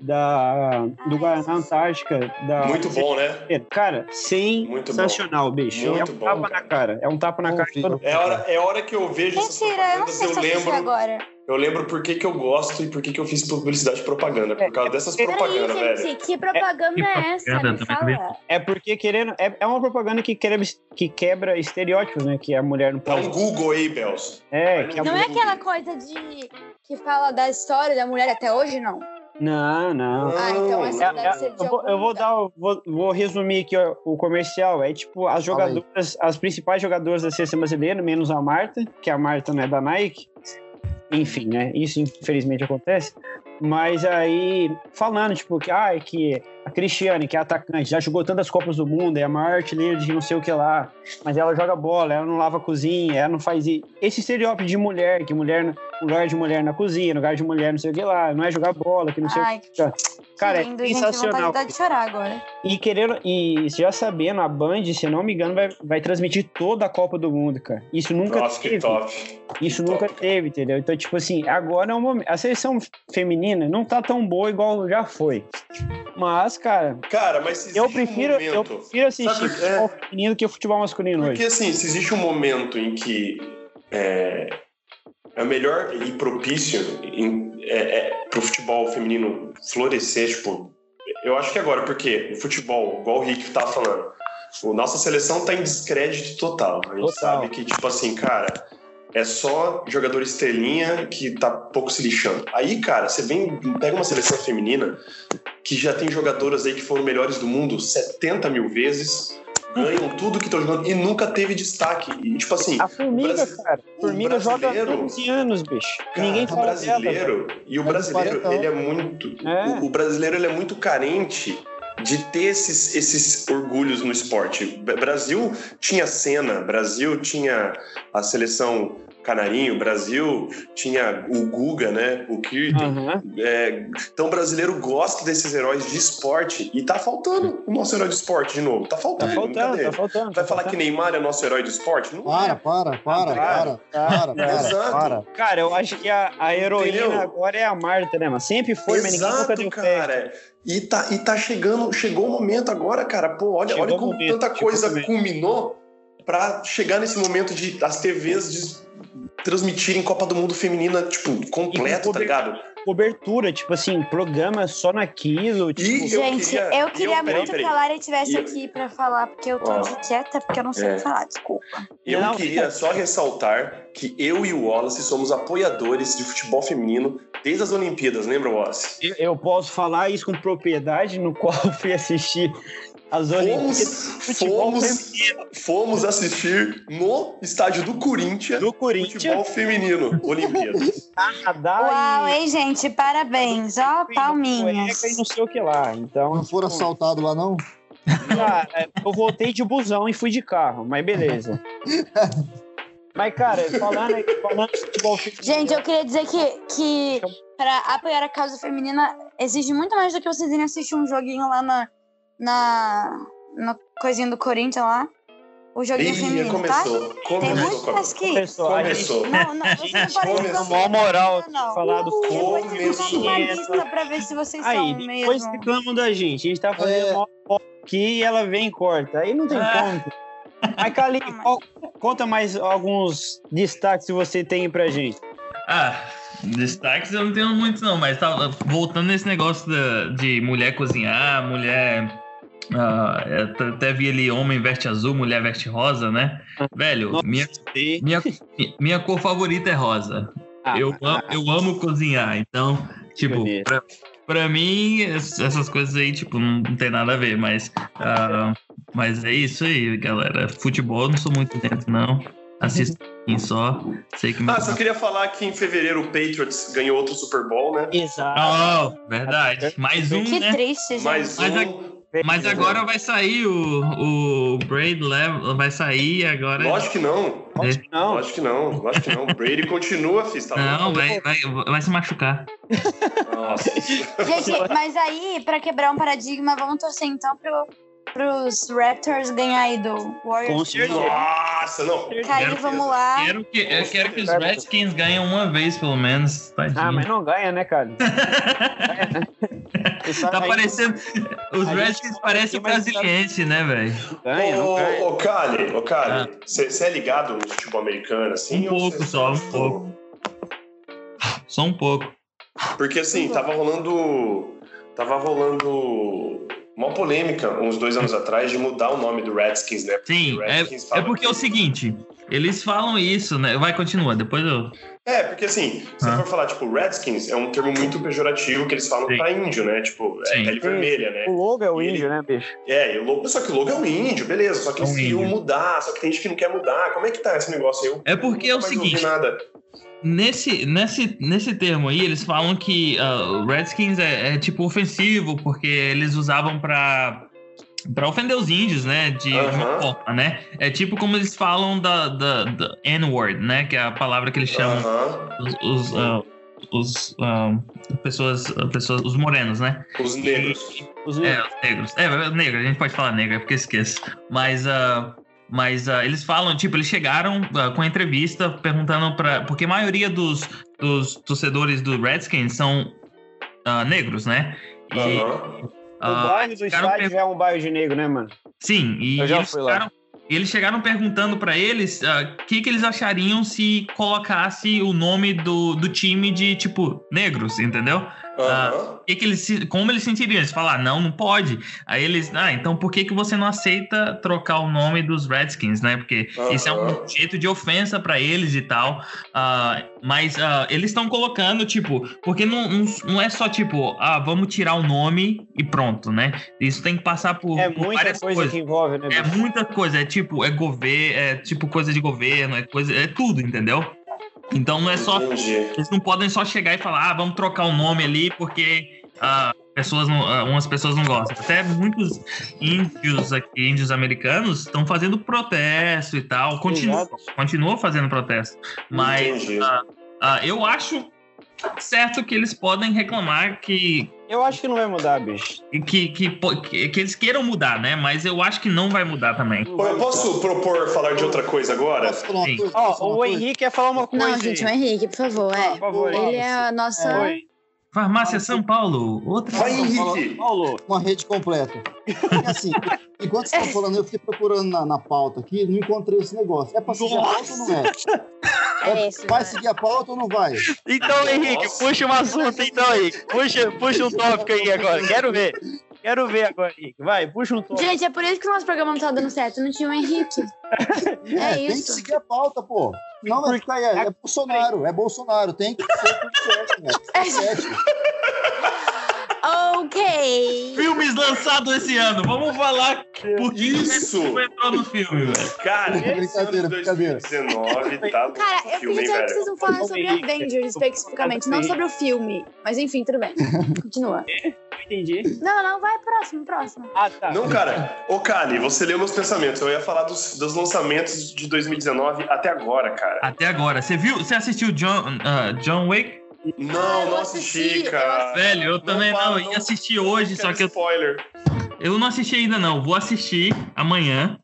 S3: da, do Guaraná Antártica. Da,
S2: Muito bom, né?
S3: Cara, sensacional, bicho.
S2: Muito
S3: é um
S2: bom,
S3: tapa na cara. É um tapa na cara. de todo mundo.
S2: É hora, é hora que eu vejo essas
S5: Mentira, eu não
S2: propagandas,
S5: sei se
S2: eu
S5: eu assisti
S2: lembro,
S5: agora.
S2: eu lembro por que que eu gosto e por que que eu fiz publicidade e propaganda.
S5: É.
S2: Por causa dessas propagandas,
S5: Peraí,
S2: velho.
S5: gente, que propaganda é essa? Me fala.
S3: É porque querendo. É, é uma propaganda que quebra, que quebra estereótipos, né? Que a mulher não
S2: Dá
S3: pode.
S2: um Google aí, Belso.
S3: É, que a
S5: Não é
S3: mulher-
S5: aquela coisa de que fala da história da mulher até hoje, não.
S3: Não, não.
S5: Ah, então essa
S3: É-
S5: deve
S3: é-
S5: ser de
S3: eu, vou,
S5: algum
S3: eu vou dar, o- vou, vou resumir aqui ó, o comercial. É tipo as jogadoras, as principais jogadoras da seleção brasileira, menos a Marta, que a Marta não é da Nike. Enfim, né? Isso infelizmente acontece. Mas aí, falando, tipo, que, ah, que a Cristiane, que é atacante, já jogou tantas Copas do Mundo, é a maior artilheira de não sei o que lá, mas ela joga bola, ela não lava a cozinha, ela não faz. i- Esse estereótipo de mulher, que mulher, lugar de mulher na cozinha, lugar de mulher não sei o que lá, não é jogar bola, que não sei
S5: Ai,
S3: o que. lá. Cara,
S5: Lindo,
S3: é
S5: gente,
S3: sensacional.
S5: vontade de chorar agora.
S3: E querendo, e já sabendo, a Band, se eu não me engano, vai, vai transmitir toda a Copa do Mundo, cara. Isso nunca
S2: Nossa, que
S3: teve.
S2: top.
S3: Isso nunca teve, entendeu? Então, tipo assim, agora é um momento. A seleção feminina não tá tão boa igual já foi. Mas, cara.
S2: Cara, mas se
S3: eu
S2: existe um
S3: prefiro, eu
S2: momento-
S3: prefiro assistir
S2: Sabe, é?
S3: futebol feminino que o futebol masculino
S2: Porque
S3: hoje.
S2: assim, se existe um momento em que é, é melhor e propício em- é, é, pro futebol feminino florescer, tipo, eu acho que agora, porque o futebol, igual o Rick tá falando, o nossa seleção tá em descrédito total. A gente sabe que, tipo assim, cara, é só jogador estrelinha que tá pouco se lixando. Aí, cara, você vem, pega uma seleção feminina que já tem jogadoras aí que foram melhores do mundo 70 mil vezes, ganham tudo que estão jogando e nunca teve destaque. E, tipo assim,
S3: A Formiga, cara.
S2: o
S3: Formiga joga há
S2: brasileiro-
S3: 12 anos, bicho.
S2: Cara,
S3: Ninguém
S2: o
S3: fala né?
S2: brasileiro
S3: dela.
S2: e o
S3: Mas
S2: brasileiro
S3: paredão.
S2: ele é muito
S3: É.
S2: o, o brasileiro ele é muito carente de ter esses, esses orgulhos no esporte. B- Brasil tinha Senna, Brasil tinha a seleção Canarinho, Brasil tinha o Guga, né? O
S3: Ah,
S2: Kirten. É, então o brasileiro gosta desses heróis de esporte e tá faltando o nosso herói de esporte de novo. Tá faltando.
S3: faltando,
S2: cadê?
S3: tá faltando,
S2: Vai
S3: tá
S2: falar
S3: faltando.
S2: que Neymar é nosso herói de esporte? Não é.
S7: Para, para, para, para, para, para,
S2: Exato.
S7: para.
S3: Cara, eu acho que a, a heroína
S2: Entendeu?
S3: agora é a Marta, né, mano? Sempre foi, mas ninguém nunca
S2: Exato,
S3: deu fé.
S2: cara. E tá, e tá chegando, chegou o momento agora, cara. Pô, olha,
S3: Chegou
S2: olha
S3: o
S2: como
S3: momento,
S2: tanta
S3: chegou o
S2: coisa
S3: momento.
S2: culminou pra chegar nesse momento de as TVs de transmitirem Copa do Mundo feminina, tipo, completo, tá ligado?
S3: Cobertura, tipo assim, programa só naquilo. Tipo,
S5: Gente, eu queria
S2: peraí,
S5: muito
S2: peraí.
S5: que a Lara estivesse
S2: E-
S5: aqui pra falar, porque eu tô
S2: Ó.
S5: de quieta, porque eu não sei o
S2: É.
S5: que falar, desculpa.
S2: Eu queria só ressaltar que eu e o Wallace somos apoiadores de futebol feminino desde as Olimpíadas, lembra, Wallace?
S3: eu- eu posso falar isso com propriedade, no qual eu fui assistir as Olimpíadas. de futebol
S2: fomos- Fomos assistir no estádio do Corinthians,
S3: do Corinthians.
S2: futebol feminino, Olimpíadas.
S3: Canadá
S5: Uau, hein, gente, parabéns, ó, palminhas.
S3: e não sei o é, que lá. Então,
S7: Não foram assaltados lá, não?
S3: cara, eu voltei de busão e fui de carro, mas beleza. Mas, cara, falando, falando de futebol feminino,
S5: Gente, eu queria dizer que, que para apoiar a causa feminina exige muito mais do que vocês irem assistir um joguinho lá na, na, na coisinha do Corinthians lá. O joguinho
S2: Ih,
S5: feminino,
S2: começou.
S5: tá?
S2: Começou,
S5: Tem muitas que...
S3: Começou, a gente-
S2: Começou.
S5: Não, não, vocês não podem
S2: Começou.
S5: reclamar,
S3: maior moral
S5: não.
S3: falar do
S5: Depois
S3: futebol
S5: vocês vão uma lista pra ver se vocês
S3: Aí,
S5: são
S3: depois
S5: mesmo.
S3: reclamam da gente. A gente tá fazendo mó foto aqui e ela vem e corta. Aí não tem como. Mas, Cali, qual- conta mais alguns destaques que você tem pra gente.
S8: Ah, destaques eu não tenho muitos, não, mas tava voltando nesse negócio da- de mulher cozinhar, mulher. ah, eu t- até vi ali homem veste azul, mulher veste rosa, né? Velho, minha, minha, minha cor favorita é rosa.
S3: Ah,
S8: eu, am- eu amo cozinhar, então, tipo, pra, pra mim, es- essas coisas aí, tipo, não, não tem nada a ver, mas, ah, mas é isso aí, galera. Futebol eu não sou muito dentro, não. Assisto um só. Sei que
S2: Ah, só queria falar que em fevereiro o Patriots ganhou outro Super Bowl, né?
S3: Exato.
S8: Oh, verdade. Mais um,
S5: Que
S8: né?
S5: triste, gente.
S2: Mais
S8: Mas
S2: um.
S8: Mas agora vai sair o, o Braid Level, vai sair agora.
S2: Lógico que não.
S8: Lógico
S2: que não. Lógico que não. Lógico que não. Brady continua, Fih. Tá
S8: Não,
S2: louco?
S8: vai, vai, vai se machucar.
S2: Nossa.
S5: Gente, mas aí, pra quebrar um paradigma, vamos torcer então pro, pros Raptors ganhar aí do Warriors.
S2: Nossa, não.
S5: Caí, vamos lá.
S8: Quero que, eu quero que os Redskins ganhem uma vez, pelo menos. Tadinho.
S3: Ah, mas não ganha, né, cara?
S8: Tá parecendo. Os Redskins parecem brasiliense, né, velho?
S2: ô, ô, Cali, ô, Cali, você é ligado no futebol americano, assim?
S8: Ah. Um
S2: ou
S8: pouco
S2: cê-
S8: só, um pouco. Só um pouco.
S2: Porque, assim, tava rolando... Tava rolando uma polêmica uns dois anos atrás de mudar o nome do Redskins, né? Porque
S8: Sim,
S2: o
S8: é,
S2: Redskins fala
S8: é porque é o seguinte, eles falam isso, né? Vai, continua, depois eu.
S2: É, porque assim, se você
S8: Ah.
S2: for falar, tipo, Redskins é um termo muito pejorativo que eles falam pra índio, né? Tipo, é
S8: Sim.
S2: pele vermelha, né?
S3: O logo é o
S2: E ele-
S3: índio, né, bicho?
S2: É, e o logo, só que o logo é um índio, beleza.
S8: É
S2: Só que eles queriam mudar, só que tem gente que não quer mudar. Como é que tá esse negócio aí? Eu
S8: É porque é o
S2: nunca mais ouvi
S8: seguinte.
S2: Nada.
S8: Nesse, nesse, nesse termo aí, eles falam que ah, o Redskins é, é, tipo ofensivo, porque eles usavam pra. Pra ofender os índios, né? De, de uma
S2: Aham.
S8: forma, né? É tipo como eles falam da, da, da N-word, né? Que é a palavra que eles chamam os, os, ah, os, ah, pessoas, pessoas, os morenos, né?
S2: Os negros.
S3: Os
S8: É, os negros. É, negro, a gente pode falar negro, é porque eu esqueço. Mas, ah, mas ah, eles falam, tipo, eles chegaram ah, com a entrevista perguntando pra. Porque a maioria dos, dos torcedores do Redskins são ah, negros, né? E, ah,
S3: o bairro do
S8: chegaram
S3: estádio já é um bairro de negro, né, mano?
S8: Sim, e
S3: Eu já
S8: eles
S3: fui lá.
S8: chegaram, e eles chegaram perguntando pra eles ah, o que, que eles achariam se colocasse o nome do, do time de, tipo, negros, entendeu? Ah, que que eles, se- como eles sentiriam? Eles falaram, não, não pode. Aí eles, ah, então por que, que você não aceita trocar o nome dos Redskins, né? Porque isso é um jeito de ofensa pra eles e tal. Ah, mas ah, eles estão colocando, tipo, porque não, não, não é só tipo, ah, vamos tirar o nome e pronto, né? Isso tem que passar por,
S3: É
S8: por
S3: muita
S8: várias
S3: coisa
S8: coisas.
S3: que envolve, né,
S8: É
S3: bicho?
S8: muita coisa, é tipo, é governo, é tipo coisa de governo, é coisa, é tudo, entendeu? Então não é só.
S2: Entendi.
S8: Eles não podem só chegar e falar, ah, vamos trocar o nome ali porque ah, pessoas não, ah, umas pessoas não gostam. Até muitos índios aqui, índios americanos, estão fazendo protesto e tal. Continuam, continuam fazendo protesto. Mas
S2: Entendi.
S8: ah, ah, eu acho certo que eles podem reclamar que
S3: Eu acho que não vai mudar, bicho.
S8: e que, que, po- que, que eles queiram mudar, né? Mas eu acho que não vai mudar também.
S2: Pô, eu posso propor falar de outra coisa agora?
S3: Ó, o Henrique ia falar uma coisa.
S11: Não, gente, o Henrique, por favor. É.
S3: favor,
S11: Ele é a nossa.
S8: Farmácia São Paulo, outra.
S2: Vai, Henrique!
S3: Paulo.
S7: Uma rede completa. E assim, enquanto você tá falando, eu fiquei procurando na, na pauta aqui, não encontrei esse negócio. É pra seguir a pauta ou não é? É, vai seguir a pauta ou não vai?
S13: Então, Henrique, puxa um assunto então, Henrique. Puxa, puxa um tópico aí agora. Quero ver.
S3: Quero ver agora, Henrique. Vai, puxa um toque.
S11: Gente, é por isso que o nosso programa não tá dando certo. Não tinha o Henrique.
S7: É,
S11: É
S7: tem que
S11: isso.
S7: seguir a pauta, pô. Não, vai ficar aí, é, é Bolsonaro, é Bolsonaro, tem que ser tudo certo, né?
S11: É.
S7: Tá certo.
S5: Ok.
S8: Filmes lançados esse ano, vamos falar por que que
S2: Isso!
S8: Deadpool entrou no filme, velho.
S2: Cara, esse ano de
S7: Brincadeira, brincadeira.
S2: 2019 tá louco
S11: Cara,
S2: o
S11: eu
S2: filme,
S11: pedi
S2: hein,
S11: que
S2: velho?
S11: vocês não falar sobre Avengers especificamente, não sobre o filme. Mas enfim, tudo bem. Continua.
S3: Entendi.
S11: Não, não, vai, próximo, próximo.
S3: Ah, tá.
S2: Não, cara. Ô, Cali, você leu meus pensamentos. Eu ia falar dos, dos lançamentos de 2019 até agora, cara.
S8: Até agora, você viu? Você assistiu John, ah, John Wick?
S2: Não, não assisti, cara.
S8: Velho, eu também
S2: fala,
S8: não, eu ia assistir hoje,
S2: quero
S8: só que eu,
S2: Spoiler.
S8: eu não assisti ainda não. Vou assistir amanhã.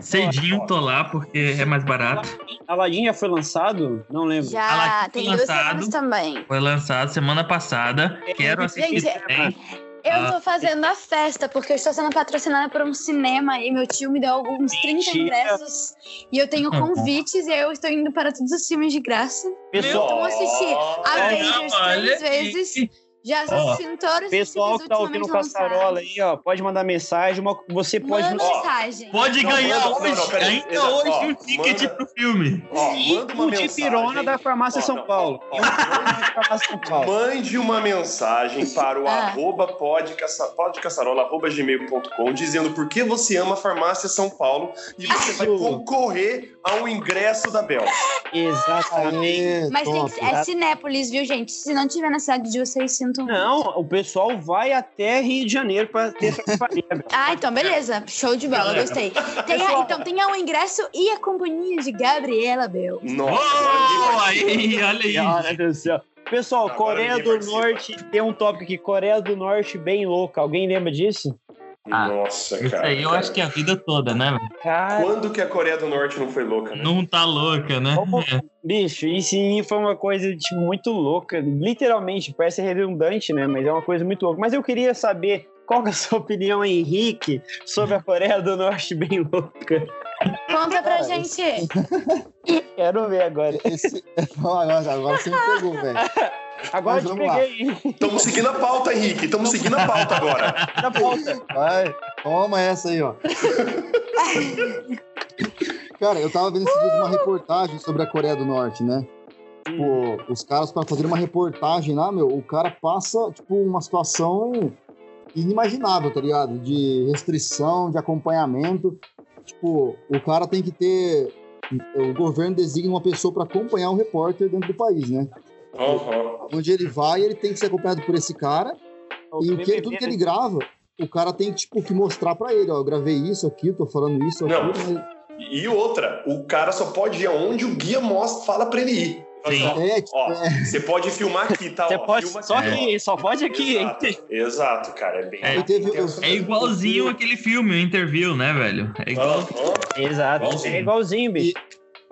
S8: Cedinho tô lá porque é mais barato.
S3: Aladdin já foi lançado? Não lembro.
S11: Já,
S8: Aladdin
S11: tem
S8: foi
S11: duas
S8: lançado.
S11: semanas também.
S8: Foi lançado semana passada. Quero assistir
S11: Gente,
S8: também.
S11: Eu
S8: Ah.
S11: tô fazendo a festa, porque eu estou sendo patrocinada por um cinema e meu tio me deu alguns 30
S3: Mentira.
S11: ingressos. E eu tenho
S8: Tá bom.
S11: convites e aí eu estou indo para todos os filmes de graça.
S3: Pessoal, é,
S11: Então assisti Avengers
S8: É. Olha,
S11: três
S8: olha
S11: vezes. Já
S8: Ó,
S11: assisti todos os
S3: pessoal
S11: filmes
S3: que tá ouvindo o
S11: ultimamente lançados.
S3: Caçarola aí, ó, pode mandar mensagem. uma- Você pode
S11: Manda
S3: nos-
S11: mensagem.
S8: Pode
S2: Não,
S8: ganhar
S2: manda- não,
S8: hoje,
S2: não, peraí.
S8: ainda
S2: Exato,
S8: hoje
S2: ó,
S8: um ticket
S2: manda-
S8: pro filme.
S2: Ó, manda uma
S3: Um de
S2: mensagem.
S3: pirona da farmácia
S2: Ó,
S3: São
S2: não,
S3: Paulo.
S2: ó,
S3: Da farmácia São Paulo.
S2: Mande uma mensagem para o
S11: Ah.
S2: arroba podcaça- podcaçarola, arroba gmail.com dizendo por que você ama a farmácia São Paulo e você vai concorrer ao ingresso da Bel.
S3: Exatamente.
S7: Aê,
S11: Mas tem
S7: top.
S11: que, é Cinépolis, viu, gente? Se não tiver na cidade de vocês, sinto
S14: usam.
S3: Não, o pessoal vai até Rio de Janeiro pra ter essa farinha.
S14: Ah, então beleza. Show de bola,
S3: Galera.
S14: gostei. Tem a- então tenha o ingresso e a companhia de Gabriela Bel.
S8: aí, olha aí.
S3: Meu Deus do céu. Pessoal,
S8: Agora
S3: Coreia
S8: ninguém
S3: do Norte tem um tópico aqui, Coreia do Norte bem louca. Alguém lembra disso?
S2: Nossa,
S8: Ah, Isso
S2: cara.
S8: aí eu acho que é a vida toda, né? velho?
S2: Quando que a Coreia do Norte não foi louca, né?
S8: Não tá louca, né?
S3: Bicho, e sim, foi uma coisa tipo, muito louca. Literalmente, parece redundante, né? Mas é uma coisa muito louca. Mas eu queria saber qual que é a sua opinião, Henrique, sobre a Coreia do Norte bem louca.
S5: Conta pra gente.
S3: Quero ver agora.
S7: agora, agora você me pegou, velho.
S3: Agora
S7: Mas
S3: eu te
S7: vamos lá.
S3: peguei.
S2: Estamos seguindo a pauta, Henrique. Estamos seguindo a pauta agora.
S3: Na pauta.
S7: Vai, toma essa aí, ó. Cara, eu tava vendo esse vídeo uma reportagem sobre a Coreia do Norte, né? Tipo, os caras pra fazer uma reportagem lá, meu, o cara passa, tipo, uma situação inimaginável, tá ligado? De restrição, de acompanhamento. Tipo, o cara tem que ter. O governo designa uma pessoa pra acompanhar o repórter dentro do país, né? Onde ele vai, ele tem que ser acompanhado por esse cara. e o que,
S3: BBB,
S7: tudo que
S3: né?
S7: ele grava, o cara tem tipo, que mostrar pra ele, ó, eu gravei isso aqui, tô falando isso,
S2: Não.
S7: aquilo. mas-
S2: E outra, o cara só pode ir aonde o guia mostra, fala pra ele ir. Fala assim, ó,
S7: É, tipo,
S2: ó, você pode filmar aqui, tá?
S3: Você
S2: ó,
S3: pode,
S2: filma
S3: só
S2: ó.
S3: aqui, só pode aqui. hein?
S2: Exato, cara. É bem.
S8: É, é igualzinho aquele filme, o Interview, né, velho? É igual.
S3: Exato.
S8: Igualzinho.
S3: É igualzinho, bicho.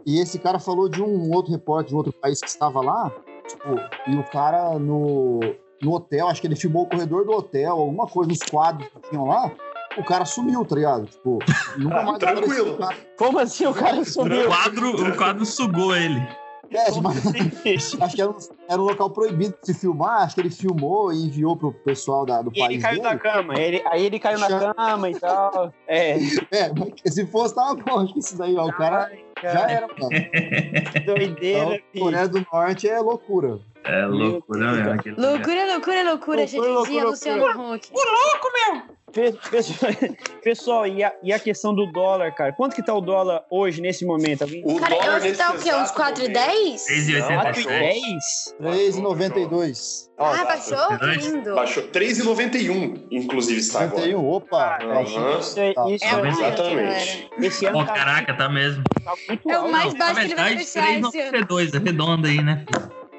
S7: E esse cara falou de um outro repórter de um outro país que estava lá, tipo, e o cara no, no hotel, acho que ele filmou o corredor do hotel, alguma coisa, nos quadros que tinham lá, o cara sumiu, tá ligado? Tipo, nunca mais apareceu
S2: Ah, Tranquilo.
S7: o cara.
S3: Como assim o cara
S8: O
S3: sumiu?
S8: quadro, o quadro sugou ele.
S7: É, mas-
S3: assim,
S7: acho que era um, era um local proibido de se filmar, acho que ele filmou e enviou pro pessoal da- do
S3: E
S7: país
S3: ele caiu
S7: dele.
S3: da cama. Ele, aí ele caiu na
S7: Já-
S3: cama e tal. É.
S7: É, mas se fosse, tava bom, acho que isso daí, ó, o cara já era, mano.
S3: Que doideira,
S7: Então, Coreia do Norte é loucura.
S8: É loucura mesmo. aquele lugar.
S5: Loucura, loucura, loucura. Já
S3: Loucura,
S5: dizia
S3: loucura,
S5: Luciano Huck.
S3: Pe- Pessoal, pessoal, e, a, e a questão do dólar, cara? Quanto que tá o dólar hoje, nesse momento? Alguém...
S2: O
S5: Cara,
S2: dólar
S5: eu acho que tá o
S2: nesse
S5: quê? Uns
S2: exato
S5: 4,10?
S2: tá
S8: 6,87.
S3: 10?
S7: 3,92.
S5: Ah, baixou? Que lindo.
S2: Baixou 3,91, inclusive, está Tá agora.
S7: 91, opa. tá
S2: Aham.
S3: Isso, é- isso
S5: É
S3: é-
S5: o
S2: Exatamente.
S3: esse ano
S8: Pô,
S3: tá,
S8: caraca, tá mesmo.
S3: tá muito
S5: É o
S3: alto.
S5: mais
S8: Na
S5: baixo que ele vai
S8: verdade,
S5: fechar esse ano.
S8: 3,92, arredonda aí, né?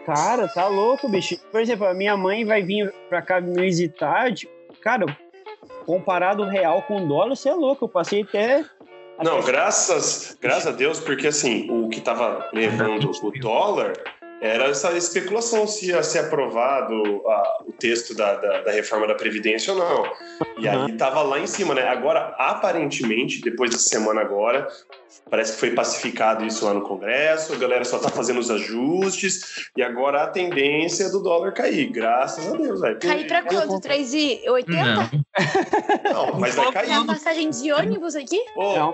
S3: Cara, tá louco, bicho. Por exemplo, a minha mãe vai vir pra cá me visitar. tipo, Cara, comparado o real com o dólar, você é louco. Eu passei até.
S2: Não, graças, graças a Deus, porque assim, o que estava levando o dólar era essa especulação se ia ser aprovado a- o texto da, da, da reforma da Previdência ou não. E aí estava lá em cima, né? Agora, aparentemente, depois dessa semana agora, parece que foi pacificado isso lá no Congresso, a galera só tá fazendo os ajustes, e agora a tendência é do dólar cair, graças a Deus. velho.
S5: Cair pra quanto? 3,80?
S8: Não.
S2: Não, mas vai
S5: É
S2: cair.
S5: uma passagem de ônibus aqui?
S2: Ô,
S3: Não.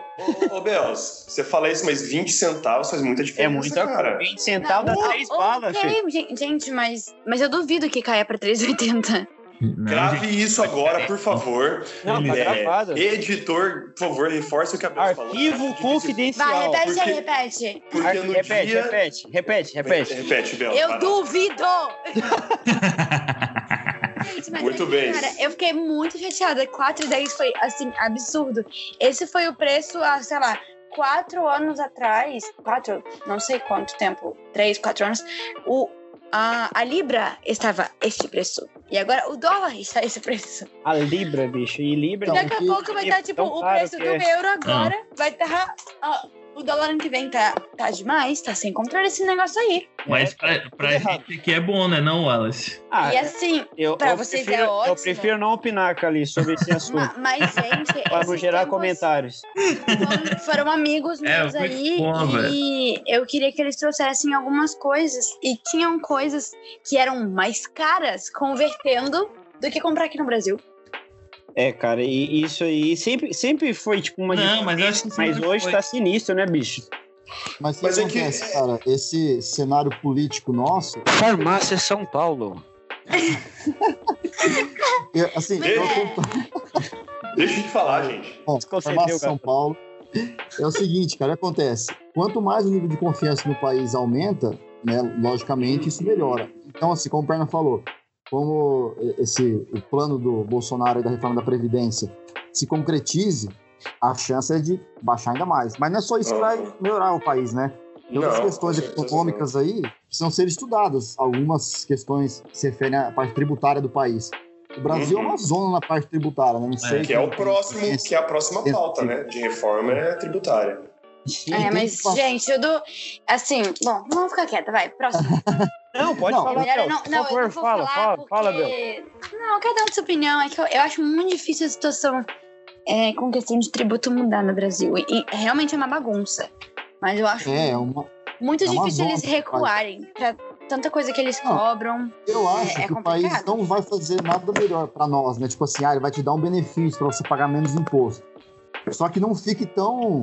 S2: ô, ô, Belos, você fala isso, mas 20 centavos faz muita
S3: É
S2: diferença,
S3: muita coisa.
S2: cara.
S3: 20 centavos dá
S5: Não,
S3: 3
S5: ok,
S3: balas, filho.
S5: gen- Gente, mas, mas eu duvido que caia pra 3,80.
S8: Não,
S2: Grave
S8: gente.
S2: isso agora, por favor.
S3: né, Não, tá
S2: É,
S3: gravado.
S2: editor, por favor, reforce o que a Belos falou.
S3: Arquivo confidencial.
S5: Vai, repete
S2: porque-
S5: aí, repete.
S2: Porque no
S3: repete,
S2: dia...
S3: repete, repete, repete.
S2: Repete, Belos.
S5: Eu
S2: vai lá.
S5: duvido! Gente, mas
S2: Muito
S5: é que,
S2: bem.
S5: Cara, eu fiquei muito chateada. 4,10 foi, assim, absurdo. Esse foi o preço há, sei lá, quatro anos atrás. Quatro, não sei quanto tempo. Três, quatro anos. O, a, a Libra estava este preço. E agora o dólar está esse preço.
S3: A Libra, bicho. E Libra.
S7: Então,
S5: Daqui a pouco vai estar, tipo,
S3: Então,
S5: o
S3: claro
S5: preço
S3: que
S5: do
S3: é.
S5: euro agora
S8: Ah.
S5: vai estar... ó, o dólar ano que vem tá, tá demais, tá sem controle esse negócio aí.
S8: Mas pra, pra gente aqui é bom, né, não, Wallace?
S3: Ah,
S5: e assim,
S3: eu,
S5: pra
S3: eu
S5: vocês é
S3: prefiro, Eu
S5: ótimo.
S3: prefiro não opinar, Cali, sobre esse assunto.
S5: ma- mas, gente...
S3: Para não
S5: esses
S3: gerar
S5: tempos
S3: comentários.
S5: foram- Foram amigos
S8: É,
S5: meus
S8: muito
S5: aí
S8: bom,
S5: e eu queria que eles trouxessem algumas coisas. E tinham coisas que eram mais caras convertendo do que comprar aqui no Brasil.
S3: É, cara, e isso aí sempre, sempre foi, tipo, uma.
S8: Não, mas eu acho que sempre
S3: Mas hoje
S8: foi.
S3: tá sinistro, né, bicho?
S7: Mas o que
S2: Mas é que-
S7: acontece, cara? Esse cenário político nosso,
S15: Farmácia São Paulo.
S7: eu, assim,
S5: Mas
S7: eu
S5: é.
S7: acompanho
S2: Deixa eu te falar, gente.
S7: Bom,
S3: Desconcedeu,
S7: formação São
S3: Gato.
S7: Paulo. É o seguinte, cara, acontece. Quanto mais o nível de confiança no país aumenta, né, logicamente isso melhora. Então, assim, como o Perna falou, como esse o plano do Bolsonaro e da reforma da Previdência se concretize, a chance é de baixar ainda mais. Mas não é só isso que vai melhorar o país, né? Tem outras
S2: Não,
S7: questões
S2: com certeza
S7: econômicas aí que precisam ser estudadas. Algumas questões que se referem à parte tributária do país. O Brasil é
S2: Uhum.
S7: uma zona na parte tributária, né? Não sei.
S2: que é o
S7: como-
S2: próximo, que é a próxima pauta, né? De reforma é tributária.
S5: É, mas, gente, eu dou. Assim, bom, vamos ficar quieta, vai, próximo.
S3: Não, pode
S5: Não,
S3: falar,
S5: melhor eu
S3: Bel.
S5: não-
S3: Por
S5: não, eu
S3: favor,
S5: não vou
S3: fala,
S5: falar
S3: fala, fala, Bel.
S5: Porque- Não, cada um de sua opinião. É que eu, eu acho muito difícil a situação é, com questão de tributo mudar no Brasil. E, e realmente é uma bagunça. Mas eu acho
S7: É, é uma.
S5: muito
S7: é uma
S5: difícil eles
S7: zona,
S5: recuarem pra tanta coisa que eles
S7: Não,
S5: cobram.
S7: Eu acho
S5: é, é
S7: que o país
S5: complicado.
S7: não vai fazer nada melhor para nós, né? Tipo assim, ah, ele vai te dar um benefício para você pagar menos imposto. Só que não fique tão,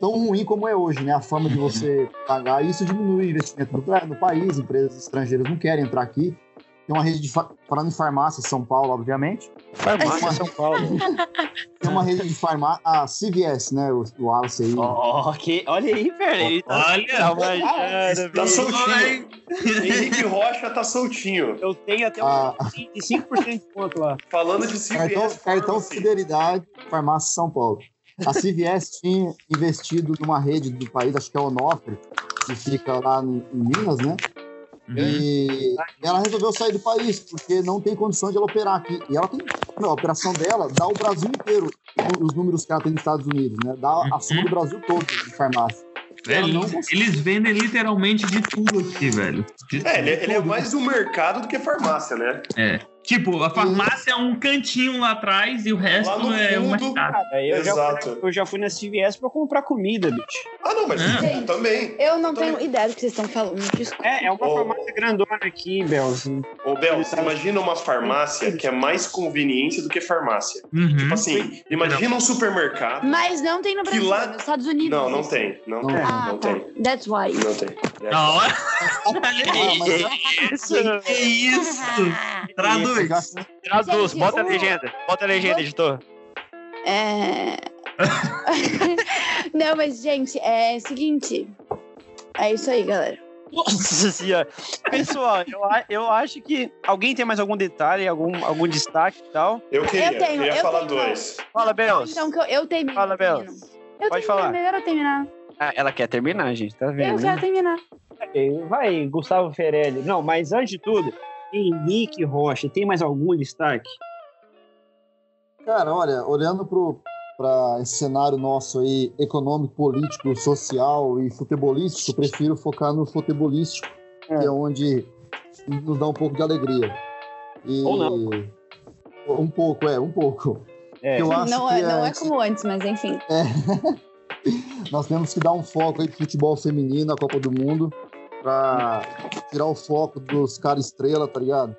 S7: tão ruim como é hoje, né? A fama de você pagar isso diminui o investimento do, tra- do país, empresas estrangeiras não querem entrar aqui. Tem uma rede de. fa- Falando em farmácia, São Paulo, obviamente.
S3: Farmácia,
S7: Tem uma-
S3: São Paulo.
S7: Tem
S3: Ah.
S7: uma rede de farmácia. A CVS, né? O, o Alice aí.
S3: Ó, que- Olha aí, velho. ele tá- tá manjando,
S2: tá
S3: velho.
S2: soltinho. Henrique Rocha tá soltinho.
S3: Eu tenho até um
S7: Ah.
S3: 5% de ponto lá.
S2: Falando de CVS,
S7: Cartão, cartão
S2: Pharmacy.
S7: Fidelidade, Farmácia São Paulo. A CVS tinha investido numa rede do país, acho que é Onofre, que fica lá em em Minas, né?
S8: Uhum.
S7: E ela resolveu sair do país, porque não tem condição de ela operar aqui. E ela tem. Não, a operação dela dá o Brasil inteiro, os números que ela tem nos Estados Unidos, né? Dá a soma do Brasil todo de farmácia.
S8: Velho, É, eles, eles vendem literalmente de tudo aqui, velho. De
S2: É, ele,
S8: tudo.
S2: ele é mais um mercado do que farmácia, né?
S8: É. Tipo, a farmácia é um cantinho lá atrás e o
S2: Lá
S8: resto
S2: no
S8: é uma
S2: fundo.
S8: estátua.
S3: Cara, eu, já
S2: Exato.
S3: fui, eu já fui na CVS pra comprar comida, bicho.
S2: Ah, não, mas
S11: Gente,
S2: também.
S11: Eu não tenho ideia do que vocês estão falando. Desculpa.
S3: É, é uma farmácia grandona aqui, Bel. assim.
S2: Ô, Bel, você imagina uma farmácia que é mais conveniência do que farmácia.
S8: Uhum. Hum?
S2: Tipo assim, imagina um supermercado.
S11: Mas não tem no
S2: Que
S11: Brasil,
S2: lá-
S11: nos Estados Unidos.
S2: Não, não tem. Não tem,
S11: Ah,
S2: não
S11: tá.
S2: tem.
S11: That's why.
S2: Não tem.
S8: Da
S2: é
S8: hora.
S7: Ah,
S13: Que isso? Que isso?
S7: é,
S8: Traduz.
S13: Traduz,
S11: Gente,
S13: bota a
S11: o-
S13: legenda. Bota a legenda, editor.
S11: É... não, mas, gente, é seguinte. É isso aí, galera.
S3: Nossa senhora. Pessoal, eu, a- eu acho que. Alguém tem mais algum detalhe, algum, algum destaque e tal?
S2: Eu queria,
S11: Eu tenho,
S2: queria
S11: eu
S2: falar
S11: tenho
S2: dois.
S3: Fala, Bel.
S11: Então, que eu, eu termino.
S3: Fala,
S11: eu
S3: Bel.
S11: termino. Eu
S3: Pode
S11: termino,
S3: falar.
S11: é melhor eu terminar.
S13: Ah, ela quer terminar, gente, tá
S11: eu
S13: vendo?
S11: quero
S13: né?
S11: terminar.
S3: Vai, Gustavo Ferelli. Não, mas antes de tudo, Henrique Rocha, tem mais algum destaque?
S7: Cara, olha, olhando para esse cenário nosso aí, econômico, político, social e futebolístico, eu prefiro focar no futebolístico, que é onde nos dá um pouco de alegria. E-
S3: Ou
S7: Um pouco, é, um pouco.
S3: É.
S13: um
S7: Eu acho
S11: não,
S7: que
S11: é, não
S7: é-
S11: é como antes, mas enfim.
S7: Nós temos que dar um foco aí pro futebol feminino, a Copa do Mundo, pra tirar o foco dos caras estrela, tá ligado?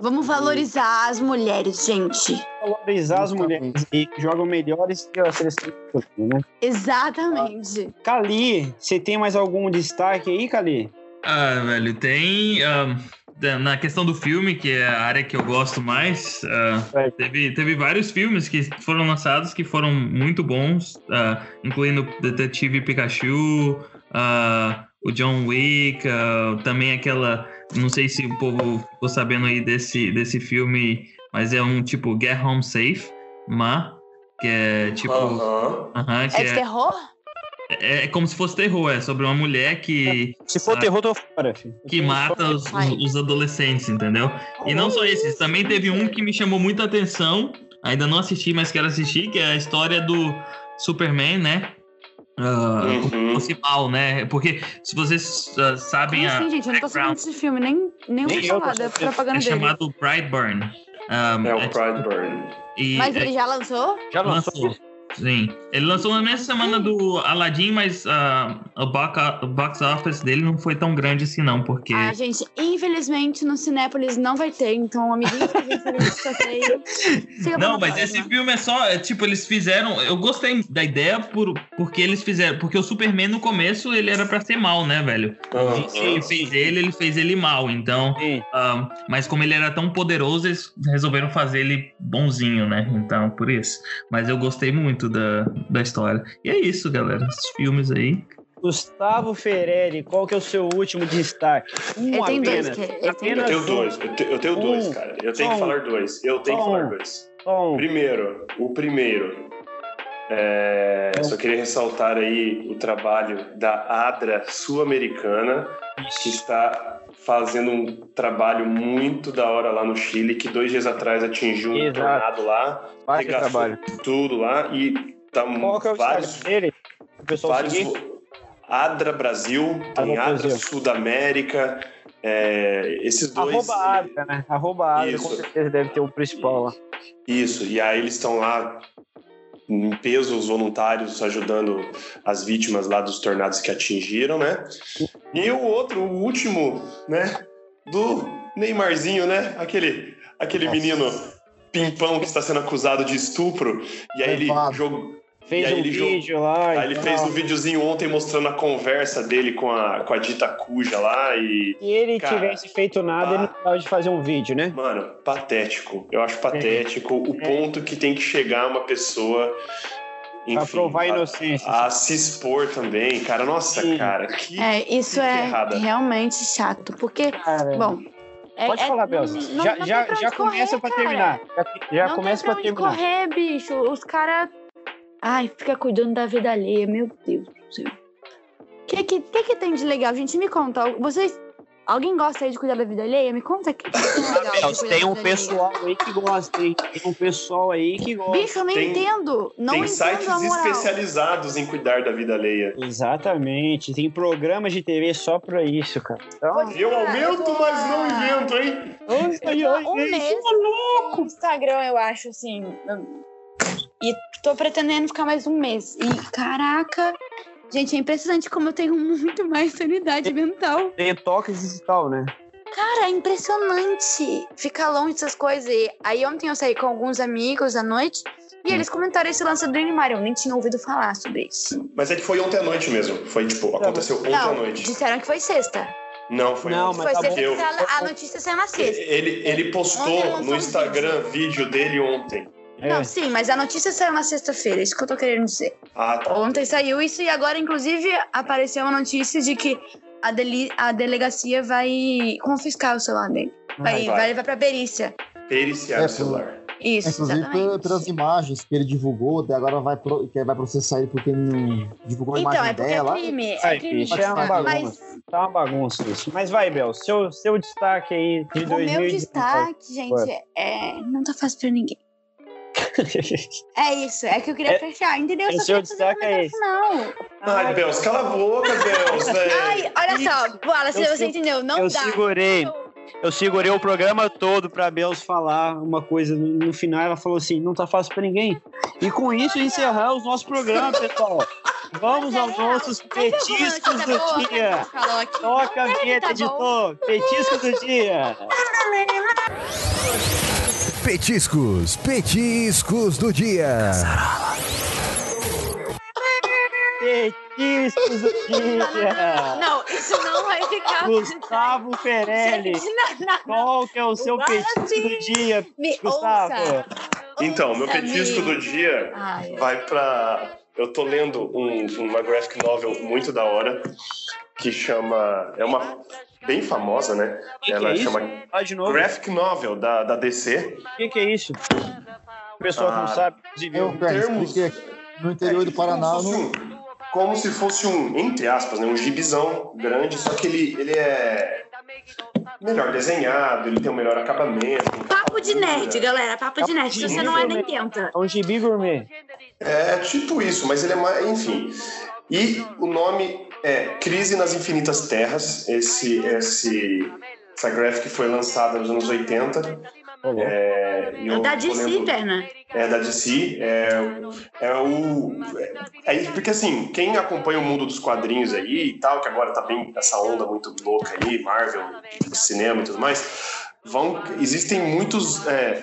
S11: Vamos valorizar as mulheres, gente.
S3: Valorizar as mulheres e que jogam melhores que a seleção. Né?
S11: Exatamente.
S3: Cali, você tem mais algum destaque aí, Cali?
S8: Ah, velho, tem. ah, da- na questão do filme, que é a área que eu gosto mais, ah,
S13: É.
S8: teve, teve vários filmes que foram lançados que foram muito bons, ah, incluindo Detetive Pikachu, ah, o John Wick, ah, também aquela. Não sei se o povo ficou sabendo aí desse, desse filme, mas é um tipo Get Home Safe, Ma, que é tipo.
S2: Aham.
S8: aham, que
S11: É de terror?
S8: é, é como se fosse terror, é sobre uma mulher que.
S3: Se for terror, tô fora, filho.
S8: Ah. Que mata os, os- os adolescentes, entendeu? E não só esses, também teve um que me chamou muita atenção, ainda não assisti, mas quero assistir, que é a história do Superman, né? Ah,
S2: Uhum.
S8: como se fosse mal, né? Porque se vocês ah, sabem
S5: Como
S8: a
S5: assim, gente? Eu não tô sabendo
S8: background,
S5: desse filme, nem, nem ouvi
S8: eu tô
S5: falar da
S8: sabendo.
S5: propaganda
S8: é
S5: dele.
S8: chamado Brightburn. Ah,
S2: É o Prideburn.
S8: e-
S11: Mas
S8: é-
S11: ele já lançou?
S13: Já
S8: lançou. Sim. Ele lançou na mesma semana do Aladdin, mas ah, o boca- o box office dele não foi tão grande assim, não, porque.
S11: Ah, gente, infelizmente no Cinépolis não vai ter, então, amiguinho, pra gente, a gente só tem. Fica pra
S8: Não,
S11: uma
S8: mas
S11: próxima.
S8: esse filme é só, é, tipo, eles fizeram, eu gostei da ideia por, porque eles fizeram, porque o Superman no começo ele era pra ser mal, né, velho?
S2: Ah,
S8: Ele fez ele, ele fez ele mal, então, ah, mas como ele era tão poderoso, eles resolveram fazer ele bonzinho, né? Então, por isso. Mas eu gostei muito da, da história. E é isso, galera, esses filmes aí.
S3: Gustavo Ferelli, qual que é o seu último destaque? Um
S2: Eu tenho dois,
S3: apenas. um.
S2: que-
S3: eu
S2: Eu tenho dois, eu, te- eu tenho
S11: Um.
S2: dois, cara. Eu tenho que falar dois. Eu tenho que
S3: Tom.
S2: falar dois. Primeiro, o primeiro. É, só queria ressaltar aí o trabalho da Adra Sul-Americana, que está fazendo um trabalho muito da hora lá no Chile, que dois dias atrás atingiu um
S16: Exato.
S2: tornado lá,
S16: Baita
S2: arregaçou
S16: trabalho.
S2: tudo lá e tá
S3: é
S2: vários vários vo- Adra Brasil, tem Adra Sudamérica, é, esses dois.
S3: Arroba Adra, né? Arroba Adra, com
S2: Isso.
S3: certeza deve ter o principal lá.
S2: Isso, e aí eles estão lá em peso, os voluntários ajudando as vítimas lá dos tornados que atingiram, né? E o outro, o último, né? Do Neymarzinho, né? Aquele, aquele
S16: Nossa.
S2: menino pimpão que está sendo acusado de estupro. E aí ele jogou.
S3: Fez
S2: e aí
S3: um
S2: ele jogou-
S3: vídeo lá. e
S2: Aí ele
S3: tal.
S2: fez um videozinho ontem mostrando a conversa dele com a, com a dita cuja lá e.
S3: Se ele
S2: Cara, Ah.
S3: tivesse feito nada, ele não precisava de fazer um vídeo, né?
S2: Mano, patético. Eu acho patético o ponto que tem que chegar uma pessoa. Enfim, ah, provar a
S3: inocência.
S2: A, se expor também, cara. Nossa, cara. Que...
S11: É, isso
S2: coisa
S11: é
S2: errada.
S11: realmente chato, porque, bom... é-
S3: Pode
S11: é-
S3: falar, Belza.
S11: não- não
S3: já
S11: tem
S3: já,
S11: pra
S3: já
S11: onde
S3: começa
S11: correr,
S3: pra
S11: cara.
S3: terminar. Já, já
S11: não
S3: começa
S11: tem
S3: pra
S11: pra onde
S3: terminar.
S11: correr, bicho. Os caras. Ai, fica cuidando da vida alheia. Meu Deus do céu. O que, que, que, que tem de legal? Gente, me conta. Vocês. Alguém gosta aí de cuidar da vida alheia? Me conta o que, que tem de legal.
S3: Então,
S11: de
S2: um
S11: cuidar da vida alheia.
S3: um aí que gosta, hein? Tem um pessoal aí que gosta.
S11: Bicho, eu não entendo. Não
S2: tem
S11: entendo
S2: sites
S11: a moral.
S2: especializados em cuidar da vida alheia.
S3: Exatamente. Tem programas de TV só pra isso, cara. Então,
S2: Eu aumento, mas não invento, hein?
S3: Ai, ai,
S5: Eu
S3: ai,
S5: tô um
S3: ai,
S5: mês
S3: tô louco.
S5: no Instagram, eu acho, assim. eu- E tô pretendendo ficar mais um mês. E caraca,
S11: Gente, é impressionante como eu tenho muito mais sanidade mental.
S3: detox digital, né?
S11: Cara,
S5: é impressionante ficar longe dessas coisas. E aí ontem eu saí com alguns amigos à noite e eles comentaram esse lance do animário. Eu nem tinha ouvido falar sobre isso.
S2: Mas é que foi ontem à noite mesmo. Foi tipo, aconteceu ontem à
S5: Não,
S2: noite.
S5: disseram que foi sexta.
S2: Não, tá foi ontem.
S5: foi sexta.
S2: Porque eu-
S5: A, a notícia saiu na sexta.
S2: Ele, ele
S5: Ontem
S2: postou
S5: lançou
S2: no
S5: um
S2: Instagram vídeo dele ontem.
S3: É.
S5: Não, sim, mas a notícia saiu na sexta-feira, é isso que eu tô querendo dizer.
S2: Ah, tá.
S5: Ontem saiu isso e agora, inclusive, apareceu uma notícia de que a, deli- a delegacia vai confiscar o celular dele. Vai,
S7: Ai,
S5: vai.
S7: vai.
S5: levar pra perícia.
S2: Periciar
S7: É,
S2: o celular.
S5: Isso,
S7: Inclusive
S5: exatamente.
S7: pela- pelas imagens que ele divulgou, até agora vai, pro- que vai processar ele porque não divulgou a
S5: Então,
S7: imagem
S5: é porque é
S7: dela.
S5: crime, é
S3: Ai,
S5: crime,
S3: bicho, é uma
S5: cara,
S3: bagunça. Tá uma bagunça isso. Mas vai, Bel, seu, seu destaque aí de
S5: O meu
S3: 2019.
S5: destaque, gente, é. Não tá fácil pra ninguém. É isso, é que eu queria
S3: É-
S5: fechar, entendeu?
S3: é
S5: Só
S3: seu
S5: queria fazer um
S3: destaque é esse.
S5: comentário
S2: Ai, Bels, cala a boca, Bels. velho.
S5: final. Ai, olha só, Bola, se
S3: É Eu
S5: você
S3: sigo-
S5: entendeu, não
S3: eu
S5: dá.
S3: segurei. Eu segurei o programa todo pra Bels falar uma coisa. No no final, ela falou assim: não tá fácil pra ninguém. E com isso, encerrar os nossos programas, pessoal. Vamos aos nossos petiscos
S5: romântica boa
S3: do
S5: que
S3: dia. Toca
S5: Tá
S3: a vinheta, editor. Petisco do dia.
S17: Petiscos, petiscos do dia.
S3: Petiscos do dia.
S5: Não, isso não vai ficar.
S3: Gustavo Ferelli.
S5: Gente, não, não.
S3: Qual que é o seu
S5: Não fala
S3: petisco do dia,
S5: Me
S3: Gustavo?
S5: ouça. Ah, é.
S2: Então, meu
S5: Nossa,
S2: petisco
S5: amigo.
S2: do dia
S5: Ai.
S2: vai pra. Eu tô lendo um- uma graphic novel muito da hora que chama. É uma bem famosa, né?
S3: Que que
S2: Ela
S3: é isso?
S2: chama
S3: Fala de novo.
S2: graphic novel da, da DC.
S3: O que, que é isso? O pessoal que não
S2: Ah,
S3: sabe.
S2: eu
S3: em
S2: quero
S3: termos-
S7: No
S2: É,
S7: interior do Paraná, né?
S2: Como se
S7: não-
S2: fosse um- como se fosse um, entre aspas, né, um gibizão grande, só que ele, ele é melhor desenhado, ele tem um melhor acabamento.
S5: Papo de nerd, galera. Papo de nerd. Se você não é, nem tenta.
S3: É um gibi gourmet.
S2: É tipo isso, mas ele é mais. Enfim. E o nome é Crise nas Infinitas Terras. Esse, esse, essa graphic foi lançada nos anos 80. É, e eu
S5: Da
S2: tô
S5: DC,
S2: lendo-
S5: perna.
S2: É da DC. É, é o. É, é- porque assim, quem acompanha o mundo dos quadrinhos aí e tal, que agora tá bem essa onda muito louca aí, Marvel, cinema e tudo mais, vão, existem muitas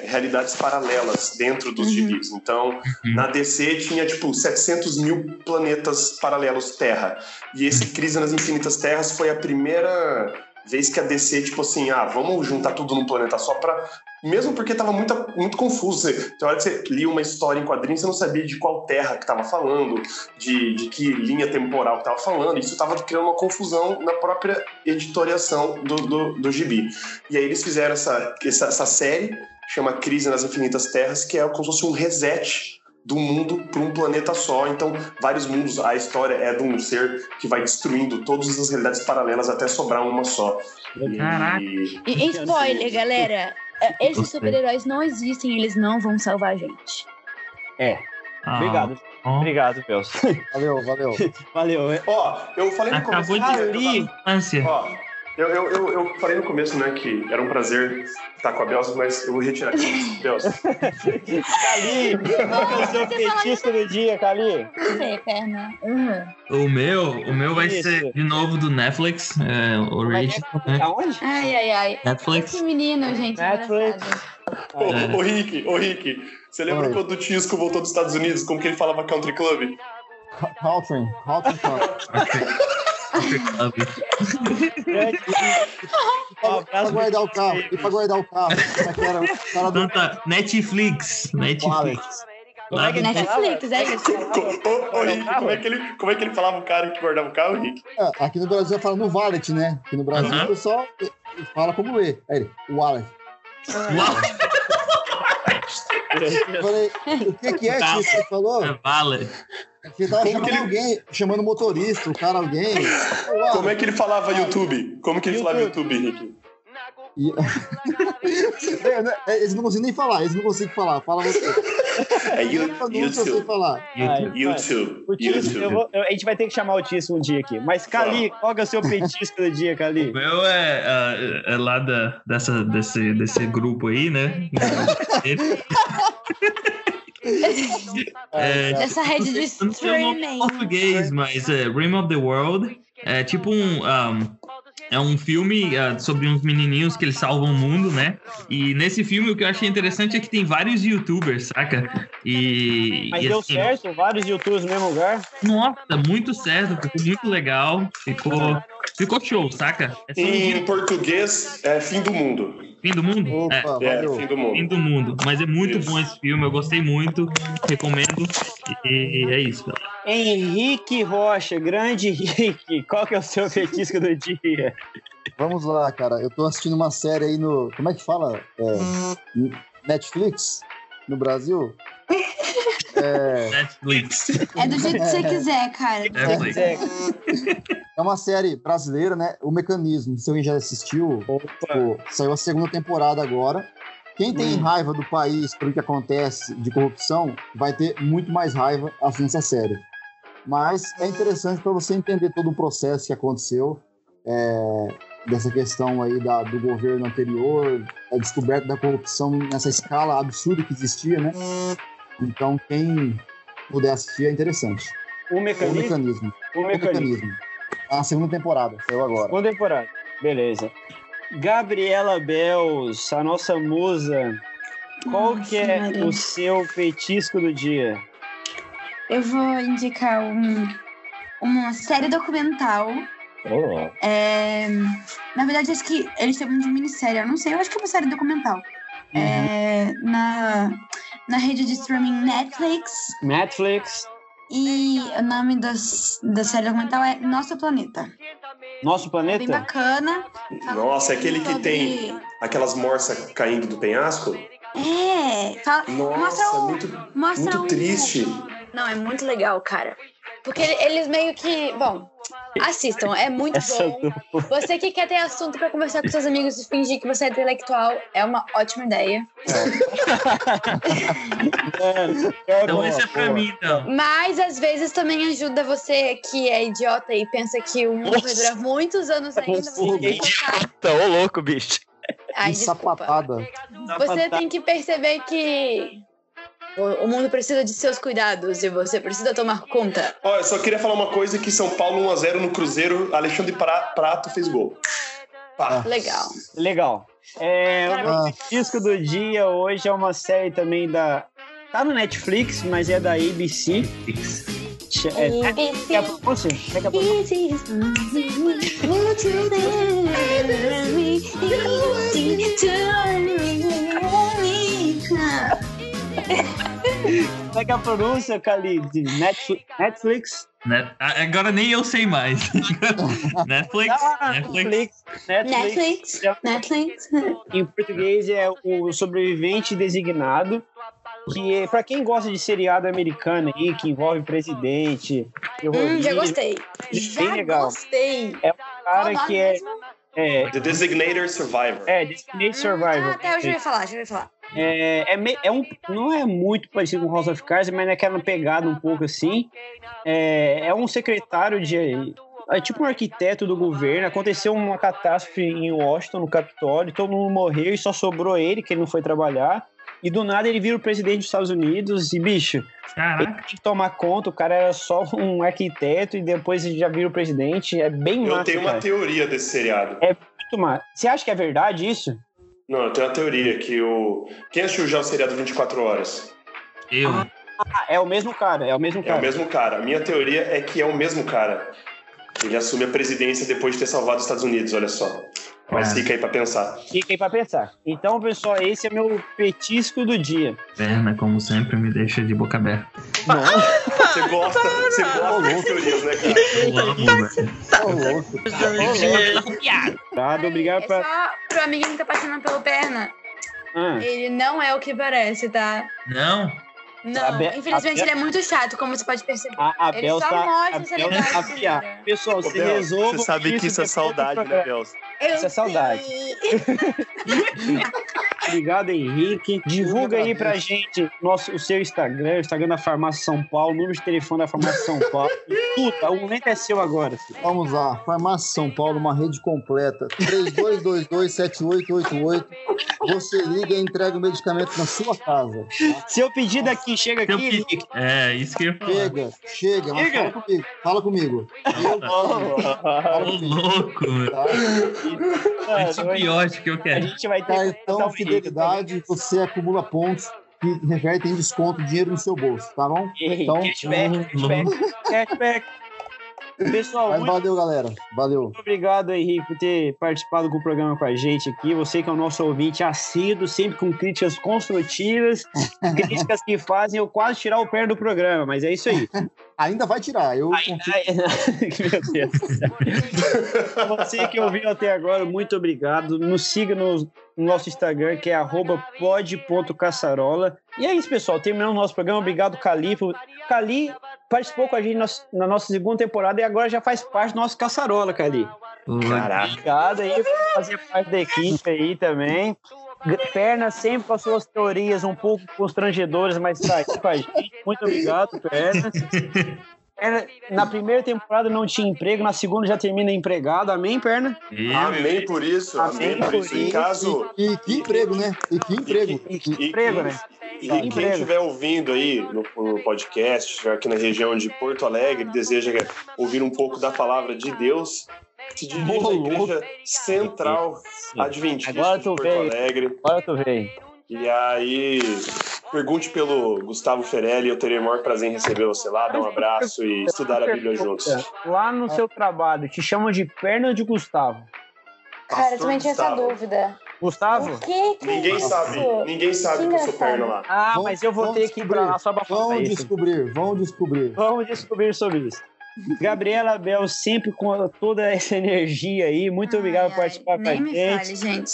S2: realidades paralelas dentro dos gibis. Então, na DC tinha tipo 700 mil planetas paralelos Terra. E esse Crise nas Infinitas Terras foi a primeira vez que a DC, tipo assim, ah, vamos juntar tudo num planeta só pra. Mesmo porque tava muito, muito confuso. Você, tem hora que você lia uma história em quadrinhos, você não sabia de qual terra que tava falando, de, de que linha temporal que tava falando. Isso tava criando uma confusão na própria editoriação do, do, do gibi. E aí eles fizeram essa, essa, essa série, chama Crise nas Infinitas Terras, que é como se fosse um reset do mundo para um planeta só. Então, vários mundos, a história é de um ser que vai destruindo todas as realidades paralelas até sobrar uma só.
S11: Caraca. E, e spoiler, galera. É, Esses super-heróis não existem, eles não vão salvar a gente.
S3: É. Ah.
S13: Obrigado. Obrigado, Belso.
S7: Valeu, valeu.
S3: valeu.
S2: Ó, eu falei no
S8: Acabou
S2: começo.
S8: de abrir. Ânsia.
S2: Ó, eu, eu, eu, eu falei no começo, né, que era um prazer estar com a Belsa, mas eu vou retirar aqui. Belsa.
S3: Cali, qual é o seu feitiço do dia, Cali?
S11: Não sei, perna. Uhum.
S8: O meu, o meu vai
S3: Isso.
S8: ser de novo do Netflix, é, Original, né?
S3: Aonde?
S11: Ai, ai, ai.
S8: Netflix.
S11: Esse menino, gente.
S3: Netflix.
S11: engraçado.
S2: Ô, ô, Rick, ô, Rick, você lembra quando o Tisco voltou dos Estados Unidos, como que ele falava Country Club?
S7: Haltrin, Haltrin Funk.
S3: Ó,
S7: Pra guardar o carro, e pra guardar o carro. Como é que era o cara do
S8: Então tá, Netflix. Netflix.
S3: Como é que ele falava?
S11: Netflix, é isso.
S2: Co- Ô, ô, Rick, como é, que ele, como é que ele falava o cara que guardava o carro, Rick?
S7: É, aqui no Brasil fala no wallet, né? Aqui no Brasil
S8: Aham.
S7: o pessoal é, fala como E. Aí ele, wallet.
S8: Uau,
S7: Eu falei, o que, que é
S8: Tá.
S7: disso? Ele falou
S8: é Valor.
S7: que ele tava
S2: Como
S7: chamando
S2: que ele-
S7: alguém, chamando o motorista, o cara, alguém. Wallet.
S2: Como é que ele falava YouTube? Como que ele falava YouTube, Rick?
S7: E- É, né? É, Eles não conseguem nem falar, eles não conseguem falar. Fala você.
S2: É
S7: Eu não sei falar.
S3: Ai, vai.
S2: YouTube.
S3: O Tício, eu vou- eu- a gente vai ter que chamar o Tício um dia aqui. Mas, Cali, qual que é o seu petisco do dia,
S8: O
S3: Cali?
S8: meu é, ah, é lá da, dessa, desse, desse grupo aí, né? É,
S11: Dessa rede de
S8: eu não sei o nome em
S11: streaming.
S8: português, mas é Rim of the World. É tipo um. ah, é um filme ah, sobre uns menininhos que eles salvam o mundo, né? E nesse filme o que eu achei interessante é que tem vários youtubers, saca? E.
S3: Mas
S8: e
S3: deu
S8: assim,
S3: certo? Vários youtubers no mesmo lugar?
S8: Nossa, muito certo, ficou muito legal. Ficou, ficou show, saca? É só um
S2: Em português, é fim do mundo.
S8: fim do mundo?
S7: Opa,
S8: É.
S2: É,
S7: valeu.
S2: fim do
S8: Fim
S2: mundo.
S8: do mundo, mas é muito
S2: Isso.
S8: bom esse filme, eu gostei muito, recomendo. E é isso. galera.
S3: Henrique Rocha, grande Henrique, qual que é o seu petisco do dia?
S7: Vamos lá, cara. Eu tô assistindo uma série aí no. Como é que fala? É, n- Netflix? No Brasil? É,
S8: Netflix.
S11: É do jeito que você quiser, cara.
S8: Netflix.
S3: É,
S7: é uma série brasileira, né? O Mecanismo. Se alguém já assistiu,
S3: opa,
S7: Pô, Tipo, saiu a segunda temporada agora. Quem tem raiva do país pelo que acontece de corrupção vai ter muito mais raiva assim essa série. Mas é interessante para você entender todo o processo que aconteceu é, dessa questão aí da- do governo anterior, a descoberta da corrupção nessa escala absurda que existia, né? Então quem puder assistir é interessante.
S3: o
S7: O
S3: Um mecanismo,
S7: mecanismo.
S3: o
S7: O
S3: mecanismo.
S7: mecanismo. A segunda temporada saiu agora.
S3: Uma temporada, beleza. Gabriela Bells, a nossa musa, qual que é
S5: Nossa, Maria.
S3: o seu petisco do dia?
S5: Eu vou indicar um, uma série documental. É, na verdade, acho que eles chamam de minissérie. Eu não sei, eu acho que é uma série documental. É, na, na rede de streaming Netflix.
S3: Netflix,
S5: E o nome das, da série documental é Nosso Planeta.
S3: Nosso
S5: É bem
S3: Planeta?
S5: bacana. Fala um
S2: Nossa, é aquele que
S5: sobre-
S2: tem aquelas morsas caindo do penhasco?
S5: É, um fala- mostra
S2: Nossa,
S5: o.
S2: muito,
S5: mostra
S2: muito
S5: o-
S2: triste.
S11: um Não, é muito legal, cara. Porque ele- eles meio que. Bom, assistam, é muito
S3: Essa
S11: bom.
S3: do...
S11: Você que quer ter assunto pra conversar com seus amigos e fingir que você é intelectual, é uma ótima ideia.
S8: Então esse é pra
S7: boa.
S8: mim, então.
S11: Mas às vezes também ajuda você que é idiota e pensa que o mundo vai
S13: Nossa.
S11: durar muitos anos ainda. Você tem que focar.
S13: Tá, ô louco, bicho.
S11: Ai,
S7: E
S11: desculpa.
S7: sapatada.
S11: Você tem que perceber que o o mundo precisa de seus cuidados e você precisa tomar conta.
S2: Ó, eu só queria falar uma coisa que São Paulo 1x0 no Cruzeiro, Alexandre Pra- Prato fez gol. Pá.
S11: Legal.
S3: Legal. É, o meu
S7: Ah.
S3: petisco do dia hoje é uma série também da. Tá no Netflix, mas é da ABC. É, é, é a pronúncia? É que a pronúncia? Como é que é a pronúncia, Khalid? Netflix? Netflix?
S8: Né? A- Agora nem eu sei mais. Netflix,
S3: Ah,
S8: Netflix.
S5: Netflix. Netflix.
S3: Em português é o sobrevivente designado. Que é, pra quem gosta de seriado americano aí, que envolve presidente.
S5: Hum, já
S3: terrorismo,
S5: gostei.
S3: bem
S5: Já
S3: legal.
S5: gostei.
S3: É um cara que é. É,
S2: The Designated Survivor.
S3: é Designated Survivor.
S5: Ah, até eu já ia falar, já ia falar.
S3: É, é, me- é um, não é muito parecido com House of Cards, mas naquela pegada um pouco assim. É, é um secretário de. É tipo um arquiteto do governo. Aconteceu uma catástrofe em Washington, no Capitólio, todo mundo morreu e só sobrou ele, que ele não foi trabalhar. E do nada ele vira o presidente dos Estados Unidos e, bicho,
S8: Caraca.
S3: ele tem que tomar conta. O cara era só um arquiteto e depois ele já vira o presidente. É bem
S2: Eu
S3: massa,
S2: tenho uma
S3: cara.
S2: teoria desse seriado.
S3: É muito massa. Você acha que é verdade isso?
S2: Não, eu tenho uma teoria que o. Quem assistiu já o seriado 24 horas?
S8: Eu.
S3: Ah, é o mesmo cara, é o mesmo
S2: É
S3: cara.
S2: o mesmo cara. A minha teoria é que é o mesmo cara. Ele assume a presidência depois de ter salvado os Estados Unidos, olha só. Mas
S3: É.
S2: fica aí pra pensar.
S3: Fiquem pra pensar. Então, pessoal, esse é meu petisco do dia.
S8: Verna, como sempre, me deixa de boca aberta.
S2: Você gosta, você gosta das teorias, né,
S8: Eu
S2: cara?
S8: amo, velho.
S3: Obrigado, tá? obrigado pra.
S5: é Só pro amiguinho que tá passando pelo perna.
S3: Ah,
S5: Ele não é o que parece, tá?
S8: Não.
S5: Não,
S3: A Be-
S5: infelizmente
S3: a Be-
S5: ele é muito chato, como você pode perceber.
S3: a, a
S5: ele
S3: Bel
S5: só
S3: tá. A
S5: mostra se ele
S3: Bel
S5: vai
S3: tá
S5: né?
S3: afiada. Pessoal, se resolva.
S2: Belson?
S3: Isso é saudade. Obrigado, Henrique. Divulga aí pra gente nosso, o seu Instagram, o Instagram da Farmácia São Paulo, o número de telefone da Farmácia São Paulo. Puta, o momento é seu agora. filho.
S7: Vamos lá, Farmácia São Paulo, uma rede completa. 32227888. Você liga e entrega o medicamento na sua casa.
S3: Seu pedido aqui, chega aqui. Henrique.
S8: É, isso que eu ia falar.
S7: Chega, chega, mas
S3: Chega.
S7: fala comigo. Fala comigo.
S8: tá. Ô, louco, velho.
S7: tá?
S3: Ah,
S8: Antibiótico que eu
S3: A
S8: quero.
S3: gente vai ter que um botar
S7: Cartão
S3: o Henrique. tá
S7: Tá, então, Fidelidade, você acumula pontos e refere tem desconto, dinheiro no seu bolso, tá bom?
S3: Henrique,
S7: Então,
S3: Cashback, cashback, cashback. Pessoal,
S7: mas
S3: muito
S7: valeu, galera. Valeu.
S3: obrigado, Henrique, por ter participado do programa com a gente aqui. Você que é o nosso ouvinte assíduo, sempre com críticas construtivas, críticas que fazem eu quase tirar o pé do programa, mas é isso aí.
S7: Ainda vai tirar. Eu
S3: Ai, ai, meu Deus. do céu. Pra Você que ouviu até agora, muito obrigado. Nos siga no, no nosso Instagram, que é arroba pod.caçarola. E é isso, pessoal. Terminando o nosso programa. Obrigado, Cali. por- Cali participou com a gente nas- na nossa segunda temporada e agora já faz parte do nosso Caçarola, Cali.
S2: Caraca.
S3: Obrigado aí por fazer parte da equipe aí também. G- Perna sempre com as suas teorias um pouco constrangedoras, mas tá aqui com a gente. Muito obrigado, Perna. Perna, na primeira temporada não tinha emprego, na segunda já termina empregado. Amém, Perna?
S2: Amém por isso, amém, por isso. Em caso,
S7: E que emprego, né? E que emprego.
S2: e-
S3: Emprego, né?
S2: E
S3: Tá.
S2: quem
S3: Emprego.
S2: estiver ouvindo aí no, no podcast, estiver aqui na região de Porto Alegre, deseja ouvir um pouco da palavra de Deus, se dirija à Igreja Central Adventista
S3: Agora
S2: de
S3: tu
S2: Porto
S3: veio.
S2: Alegre.
S3: Agora tu veio.
S2: E aí, pergunte pelo Gustavo Ferelli, eu terei o maior prazer em receber você lá, dar um abraço e estudar a Bíblia juntos.
S3: É, Lá no seu trabalho, te chamam de Perna ou de Gustavo?
S5: Cara, eu também tinha essa
S2: Gustavo.
S5: dúvida.
S3: Gustavo?
S5: Que que
S2: Ninguém
S5: é isso?
S2: sabe, ninguém sabe que eu sou perna lá.
S3: Ah, mas eu vou ter que ir pra lá só pra falar
S7: Vão
S3: isso.
S7: descobrir, vão descobrir.
S3: Vamos descobrir sobre isso. Gabriela Bel, sempre com toda essa energia aí. Muito obrigado por participar com a
S5: Nem me fale,
S3: gente.
S5: gente.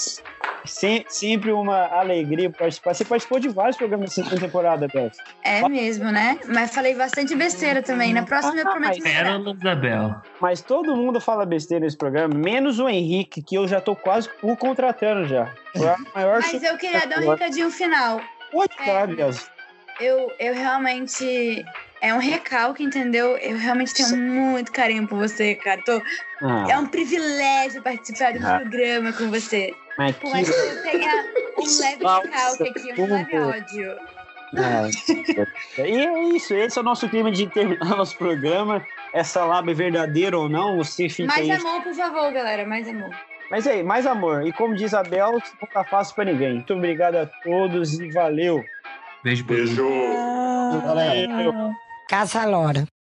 S3: Sem- sempre uma alegria participar. Você participou de vários programas dessa temporada, Bel.
S5: É mesmo, né? Mas falei bastante besteira também. Na próxima eu prometo melhorar.
S8: Pérola da Bel.
S3: Mas todo mundo fala besteira nesse programa, menos o Henrique, que eu já tô quase o contratando já. Foi a maior
S5: Mas é, eu queria dar um
S3: Agora-
S5: recadinho final.
S3: Pode falar, Bel.
S5: Eu, eu realmente. É um recalque, entendeu? Eu realmente tenho muito carinho por você, cara. Tô-
S3: Ah,
S5: É um privilégio participar do
S3: Ah.
S5: programa com você.
S3: mas
S5: Por mais que
S3: que...
S5: eu tenha um leve
S3: Nossa,
S5: recalque aqui, um
S3: como-
S5: leve ódio.
S3: Ah, e é isso, esse é o nosso clima de terminar nosso programa. Essa lábia é verdadeira ou não, você fica
S5: Mais
S3: aí.
S5: amor, por favor, galera. Mais amor.
S3: Mas é aí, mais amor. E como diz a Bel, não tá fácil pra ninguém. Muito obrigado a todos e valeu.
S8: Beijo, beijo.
S2: Beijo.
S7: Valeu, galera.
S3: Valeu.
S16: Caça Lora.